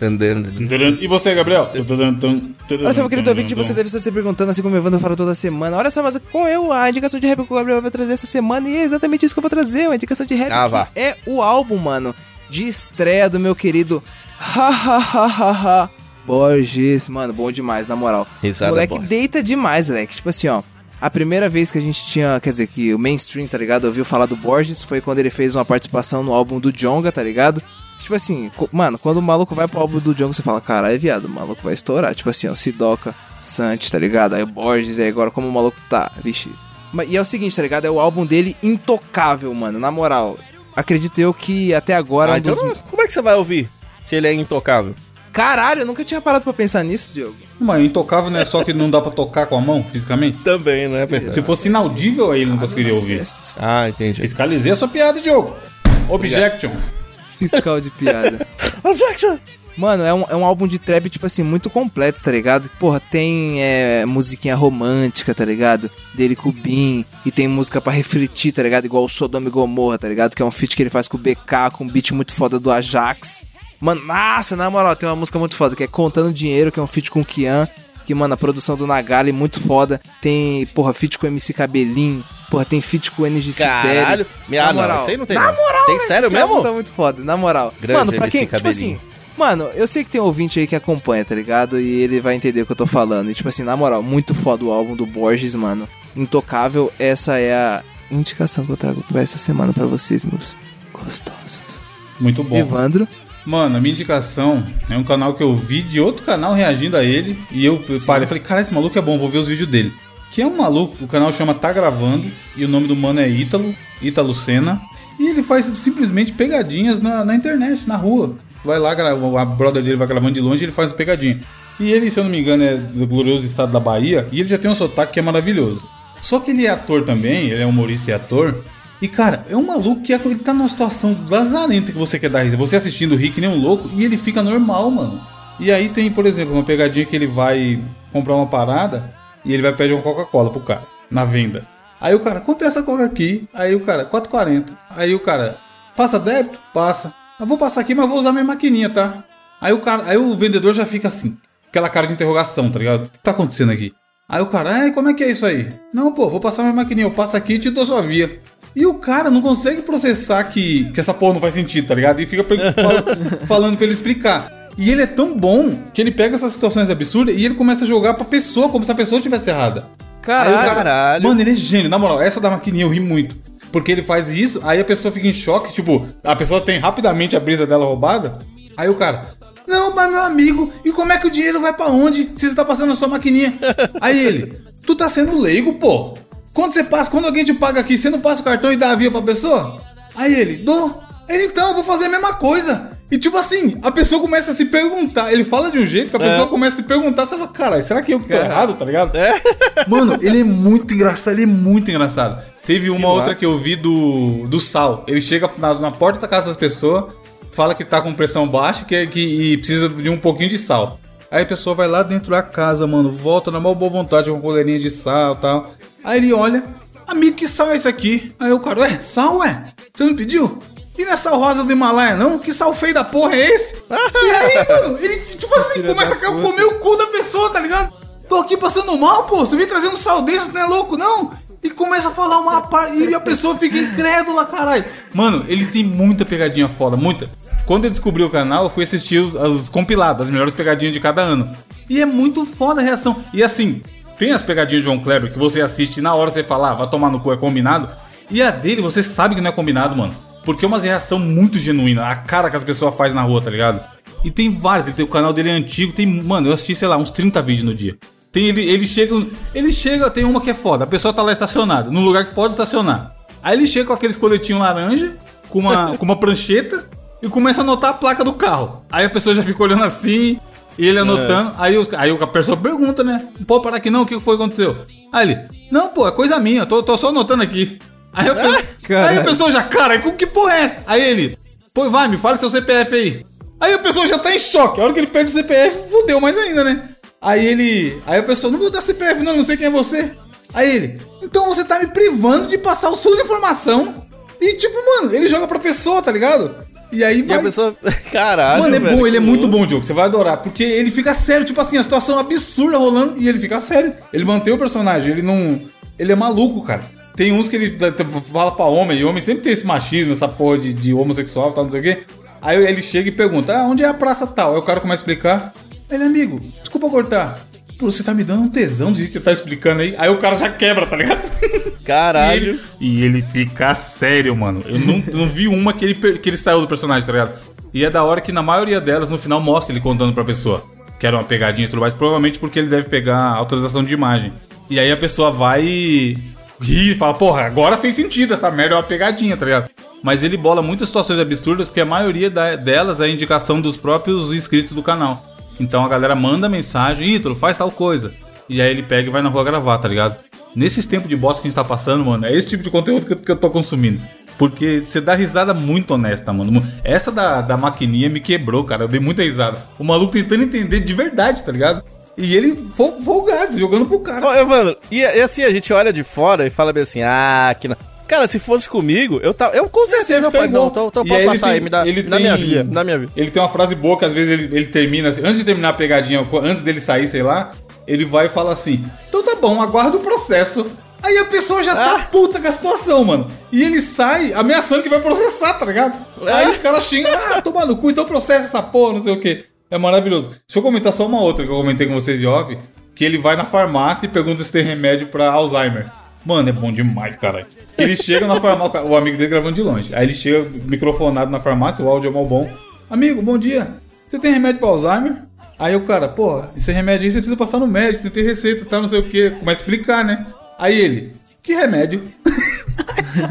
Entendendo?
E você, Gabriel?
Olha só, meu querido ouvinte, você deve estar se perguntando, assim como o Evandro fala toda semana. Olha só, mas qual é a indicação de rap que o Gabriel vai trazer essa semana? E é exatamente isso que eu vou trazer, uma indicação de rap
Ah,
que
vá.
é o álbum, mano, de estreia do meu querido Ha Ha Ha Ha Ha Borges, mano, bom demais, na moral.
Risada
o moleque
Borges.
deita demais, Lex. Tipo assim, ó. A primeira vez que a gente tinha, quer dizer, que o mainstream, tá ligado, ouviu falar do Borges foi quando ele fez uma participação no álbum do Jonga, tá ligado? Tipo assim, co- mano, quando o maluco vai pro álbum do Jonga, você fala, caralho, viado, o maluco vai estourar. Tipo assim, ó, Sidoca, Santi, tá ligado? Aí o Borges, aí agora como o maluco tá, vixe. Ma- E é o seguinte, tá ligado? É o álbum dele intocável, mano, na moral. Acredito eu que até agora é
Ah,
um
então
dos-
não- como é que você vai ouvir se ele é intocável?
Caralho, eu nunca tinha parado pra pensar nisso, Diogo.
Mas intocável não é só que não dá pra tocar com a mão fisicamente?
Também, não é verdade?
Se fosse inaudível, aí ele não conseguiria ouvir.
Festas.
Ah, entendi.
Fiscalizei a sua piada, Diogo. Objection.
Fiscal de piada.
Objection!
Mano, é um, é um álbum de trap, tipo assim, muito completo, tá ligado? Porra, tem é, musiquinha romântica, tá ligado? Dele com o Bin. E tem música pra refletir, tá ligado? Igual o Sodoma e Gomorra, tá ligado? Que é um feat que ele faz com o BK, com um beat muito foda do Ajax. Mano, nossa, na moral, tem uma música muito foda, que é Contando Dinheiro, que é um feat com o Kian. Que, mano, a produção do Nagali é muito foda. Tem, porra, feat com o MC Cabelinho. Porra, tem feat com o NG Cibele.
Caralho!
Na
Ah, não,
moral.
isso aí não tem.
Na
não. Tem
Cara,
sério
esse álbum
mesmo?
Tá muito foda, na moral.
Grande
mano, pra
MC
quem, tipo
Cabelinho.
assim, mano, eu sei que tem ouvinte aí que acompanha, tá ligado? E ele vai entender o que eu tô falando. E tipo assim, na moral, muito foda o álbum do Borges, mano. Intocável, essa é a indicação que eu trago pra essa semana pra vocês, meus gostosos.
Muito bom.
Evandro,
Mano, a minha indicação é um canal que eu vi de outro canal reagindo a ele. E eu parei falei, cara, esse maluco é bom, vou ver os vídeos dele. Que é um maluco, o canal chama Tá Gravando, e o nome do mano é Ítalo, Ítalo Senna. E ele faz simplesmente pegadinhas na, na internet, na rua. Vai lá, grava, a brother dele vai gravando de longe e ele faz pegadinha. E ele, se eu não me engano, é do glorioso estado da Bahia, e ele já tem um sotaque que é maravilhoso. Só que ele é ator também, ele é humorista e ator. E cara, é um maluco que é- ele tá numa situação lazarenta que você quer dar risada. Você assistindo o Rick nem um louco e ele fica normal, mano. E aí tem, por exemplo, uma pegadinha que ele vai comprar uma parada e ele vai pedir uma Coca-Cola pro cara, na venda. Aí o cara, quanto é essa Coca aqui? Aí o cara, 4,40. Aí o cara, passa débito? Passa. Eu vou passar aqui, mas vou usar minha maquininha, tá? Aí o cara, aí o vendedor já fica assim, aquela cara de interrogação, tá ligado? O que tá acontecendo aqui? Aí o cara, ai, como é que é isso aí? Não, pô, vou passar minha maquininha, eu passo aqui e te dou sua via. E o cara não consegue processar que, que essa porra não faz sentido, tá ligado? E fica pre- fal- falando pra ele explicar. E ele é tão bom que ele pega essas situações absurdas e ele começa a jogar pra pessoa, como se a pessoa estivesse errada. Aí o
caralho.
Caralho.
Mano, ele é gênio. Na moral, essa da maquininha eu ri muito. Porque ele faz isso, aí a pessoa fica em choque, tipo, a pessoa tem rapidamente a brisa dela roubada. Aí o cara, não, mas meu amigo, e como é que o dinheiro vai pra onde se você tá passando na sua maquininha? aí ele, tu tá sendo leigo, pô. Quando você passa, quando alguém te paga aqui, você não passa o cartão e dá a via pra pessoa? Aí ele, dou. Ele, então, eu vou fazer a mesma coisa. E tipo assim, a pessoa começa a se perguntar. Ele fala de um jeito que a pessoa começa a se perguntar, você fala, caralho, será que eu que tô errado, tá ligado? Mano, ele é muito engraçado, ele é muito engraçado. Teve uma outra que eu vi do, do Sal. Ele chega na, na porta da casa das pessoas, fala que tá com pressão baixa que, que, e precisa de um pouquinho de sal. Aí a pessoa vai lá dentro da casa, mano, volta na maior boa vontade com uma coleirinha de sal e tal. Aí ele olha, amigo, que sal é esse aqui? Aí o cara, ué, sal, ué? Você não pediu? E não é sal rosa do Himalaia, não? Que sal feio da porra é esse? e aí, mano, ele, tipo assim, começa a comer o cu da pessoa, tá ligado? Tô aqui passando mal, pô. Você vem trazendo sal desse, não é louco, não? E começa a falar uma parte. E a pessoa fica incrédula, caralho. Mano, ele tem muita pegadinha foda, muita. Quando eu descobri o canal, eu fui assistir os, as compiladas, as melhores pegadinhas de cada ano. E é muito foda a reação. E assim, tem as pegadinhas de João Kleber que você assiste e na hora você fala, ah, vai tomar no cu, é combinado. E a dele, você sabe que não é combinado, mano. Porque é uma reação muito genuína, a cara que as pessoas fazem na rua, tá ligado? E tem vários, ele tem, o canal dele é antigo, tem, mano, eu assisti, sei lá, uns 30 vídeos no dia. Tem ele, ele chega, ele chega, tem uma que é foda, a pessoa tá lá estacionada, num lugar que pode estacionar. Aí ele chega com aqueles coletinhos laranja, com uma, com uma prancheta e começa a anotar a placa do carro. Aí a pessoa já fica olhando assim, e ele anotando, aí, os, aí a pessoa pergunta, né? Não pode parar aqui não, o que foi que aconteceu? Aí ele, não, pô, é coisa minha, tô, tô só anotando aqui. Aí, eu, aí a pessoa já, cara, com que porra é essa? Aí ele, pô, vai, me fala seu CPF aí. Aí a pessoa já tá em choque, a hora que ele perde o CPF, fudeu mais ainda, né? Aí ele, aí a pessoa, não vou dar CPF não, não sei quem é você. Aí ele, então você tá me privando de passar as suas informações. E tipo, mano, ele joga pra pessoa, tá ligado? E aí
E a
vai...
pessoa. Caralho.
Mano, é
velho,
bom, ele é
que
muito
louco.
bom, Diogo. Você vai adorar. Porque ele fica sério, tipo assim, a situação absurda rolando e ele fica sério. Ele mantém o personagem, ele não. Ele é maluco, cara. Tem uns que ele t- t- fala pra homem, e homem sempre tem esse machismo, essa porra de, de homossexual e tal, não sei o quê. Aí ele chega e pergunta: Ah, onde é a praça tal? Aí o cara começa a explicar. Ele, amigo, desculpa cortar. Pô, você tá me dando um tesão do jeito que você tá explicando aí. Aí o cara já quebra, tá ligado?
Caralho.
E ele, e ele fica sério, mano. Eu não, não vi uma que ele, per- que ele saiu do personagem, tá ligado? E é da hora que na maioria delas, no final, mostra ele contando pra pessoa. Que era uma pegadinha e tudo mais. Provavelmente porque ele deve pegar autorização de imagem. E aí a pessoa vai e ri e fala, porra, agora fez sentido, essa merda é uma pegadinha, tá ligado? Mas ele bola muitas situações absurdas, porque a maioria da- delas é indicação dos próprios inscritos do canal. Então a galera manda mensagem, Ítalo, faz tal coisa. E aí ele pega e vai na rua gravar, tá ligado? Nesses tempos de bosta que a gente tá passando, mano, é esse tipo de conteúdo que, eu- que eu tô consumindo. Porque você dá risada muito honesta, mano. Mu- Essa da, da maquininha me quebrou, cara. Eu dei muita risada. O maluco tentando entender de verdade, tá ligado? E ele fol- folgado, jogando pro cara.
Ó, eu, Mano, e, e assim, a gente olha de fora e fala bem assim, ah, que não... Cara, se fosse comigo, eu tava. Eu com certeza,
fica
eu falei,
igual.
não, então, então
E
pode
ele
passar
tem-
aí, me dá,
ele
me dá
tem-
minha via, me dá minha via.
Ele tem uma frase boa que às vezes ele, ele termina, assim, antes de terminar a pegadinha, co- antes dele sair, sei lá, ele vai e fala assim: então tá bom, aguarda o processo. Aí a pessoa já tá
Ah.
puta com a situação, mano. E ele sai ameaçando que vai processar, tá ligado? Aí os caras xingam, ah, toma no cu, então processa essa porra, não sei o quê. É maravilhoso. Deixa eu comentar só uma outra que eu comentei com vocês de off, que ele vai na farmácia e pergunta se tem remédio pra Alzheimer. Mano, é bom demais, cara. Ele chega na farmácia, o amigo dele gravando de longe. Aí ele chega microfonado na farmácia, o áudio é mal bom. Amigo, bom dia. Você tem remédio pra Alzheimer? Aí o cara, porra, esse remédio aí você precisa passar no médico, não tem receita, tá, não sei o quê. Começa a explicar, né? Aí ele, que remédio?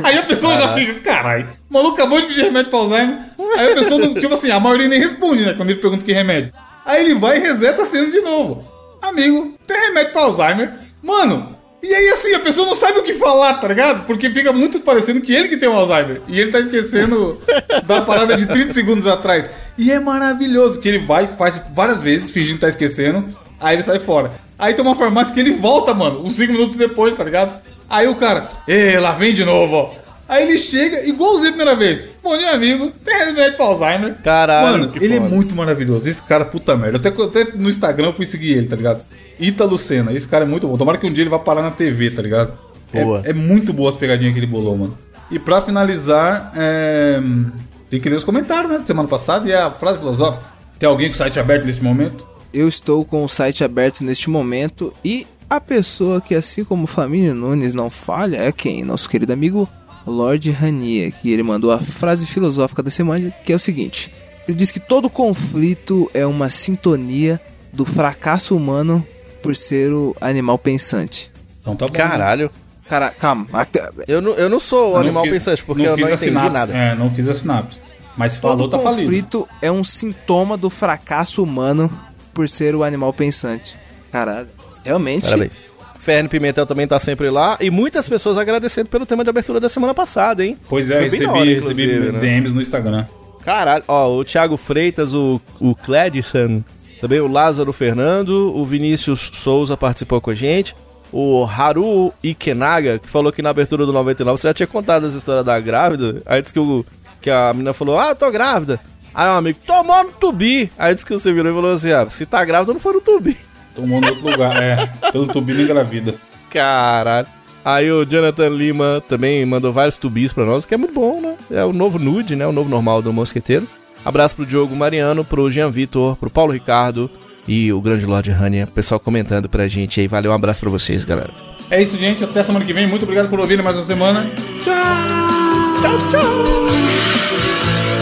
aí a pessoa já fica, caralho, o maluco acabou de pedir remédio pra Alzheimer. Aí a pessoa, não, tipo assim, a maioria nem responde, né? Quando ele pergunta que remédio. Aí ele vai e reseta a cena de novo. Amigo, tem remédio pra Alzheimer? Mano, e aí assim, a pessoa não sabe o que falar, tá ligado? Porque fica muito parecendo que ele que tem o Alzheimer. E ele tá esquecendo da parada de 30 segundos atrás. E é maravilhoso que ele vai, faz várias vezes, fingindo que tá esquecendo. Aí ele sai fora. Aí tem uma farmácia que ele volta, mano, uns 5 minutos depois, tá ligado? Aí o cara, ê, lá vem de novo, ó. Aí ele chega, igualzinho a primeira vez. Bom dia, amigo. Tem remédio pra Alzheimer.
Caralho,
Mano,
que
ele é
foda.
muito maravilhoso. Esse cara, puta merda. Até, até no Instagram eu fui seguir ele, tá ligado? Ita Lucena. Esse cara é muito bom. Tomara que um dia ele vá parar na TV, tá ligado? É-
Boa.
É, muito boa as pegadinhas que ele bolou, mano. E pra finalizar, é... tem que ler os comentários, né? Semana passada. E a frase filosófica. Tem alguém com o site aberto nesse momento?
Eu estou com o site aberto neste momento e a pessoa que, assim como Flamínio Nunes, não falha é quem? Nosso querido amigo Lorde Rania, que ele mandou a frase filosófica da semana, que é o seguinte: ele diz que todo conflito é uma sintonia do fracasso humano por ser o animal pensante.
Então tá bom.
Caralho.
Cara, calma. a-
Eu não, eu não sou o
Não
animal
fiz-
pensante, porque eu não
a
entendi
sinapse.
nada.
É, não fiz a sinapse. Mas falou,
Todo
tá falido.
conflito é um sintoma do fracasso humano por ser o animal pensante. Caralho. Realmente.
Parabéns. Fernando Pimentel também tá sempre lá. E muitas pessoas agradecendo pelo tema de abertura da semana passada, hein?
Pois é,
Foi bem
recebi,
na hora,
recebi
inclusive, né?
DMs no Instagram.
Caralho, ó, o Thiago Freitas, o, o Cledson, também o Lázaro Fernando, o Vinícius Souza participou com a gente, o Haru Ikenaga, que falou que na abertura do 99 você já tinha contado essa história da grávida, aí disse que, o, que a menina falou, ah, eu tô grávida. Aí um amigo, tomou no tubi. Aí disse que você virou e falou assim, ah, se tá grávida não foi no tubi.
Tomou no outro lugar, é. Pelo tubinho engravida.
Caralho. Aí o Jonathan Lima também mandou vários tubis pra nós, que é muito bom, né? É o novo nude, né? O novo normal do mosqueteiro. Abraço pro Diogo Mariano, pro Jean Vitor, pro Paulo Ricardo e o grande Lorde Rania. Pessoal comentando pra gente aí. Valeu, um abraço pra vocês, galera.
É isso, gente. Até semana que vem. Muito obrigado por ouvirem mais uma semana.
Tchau, tchau.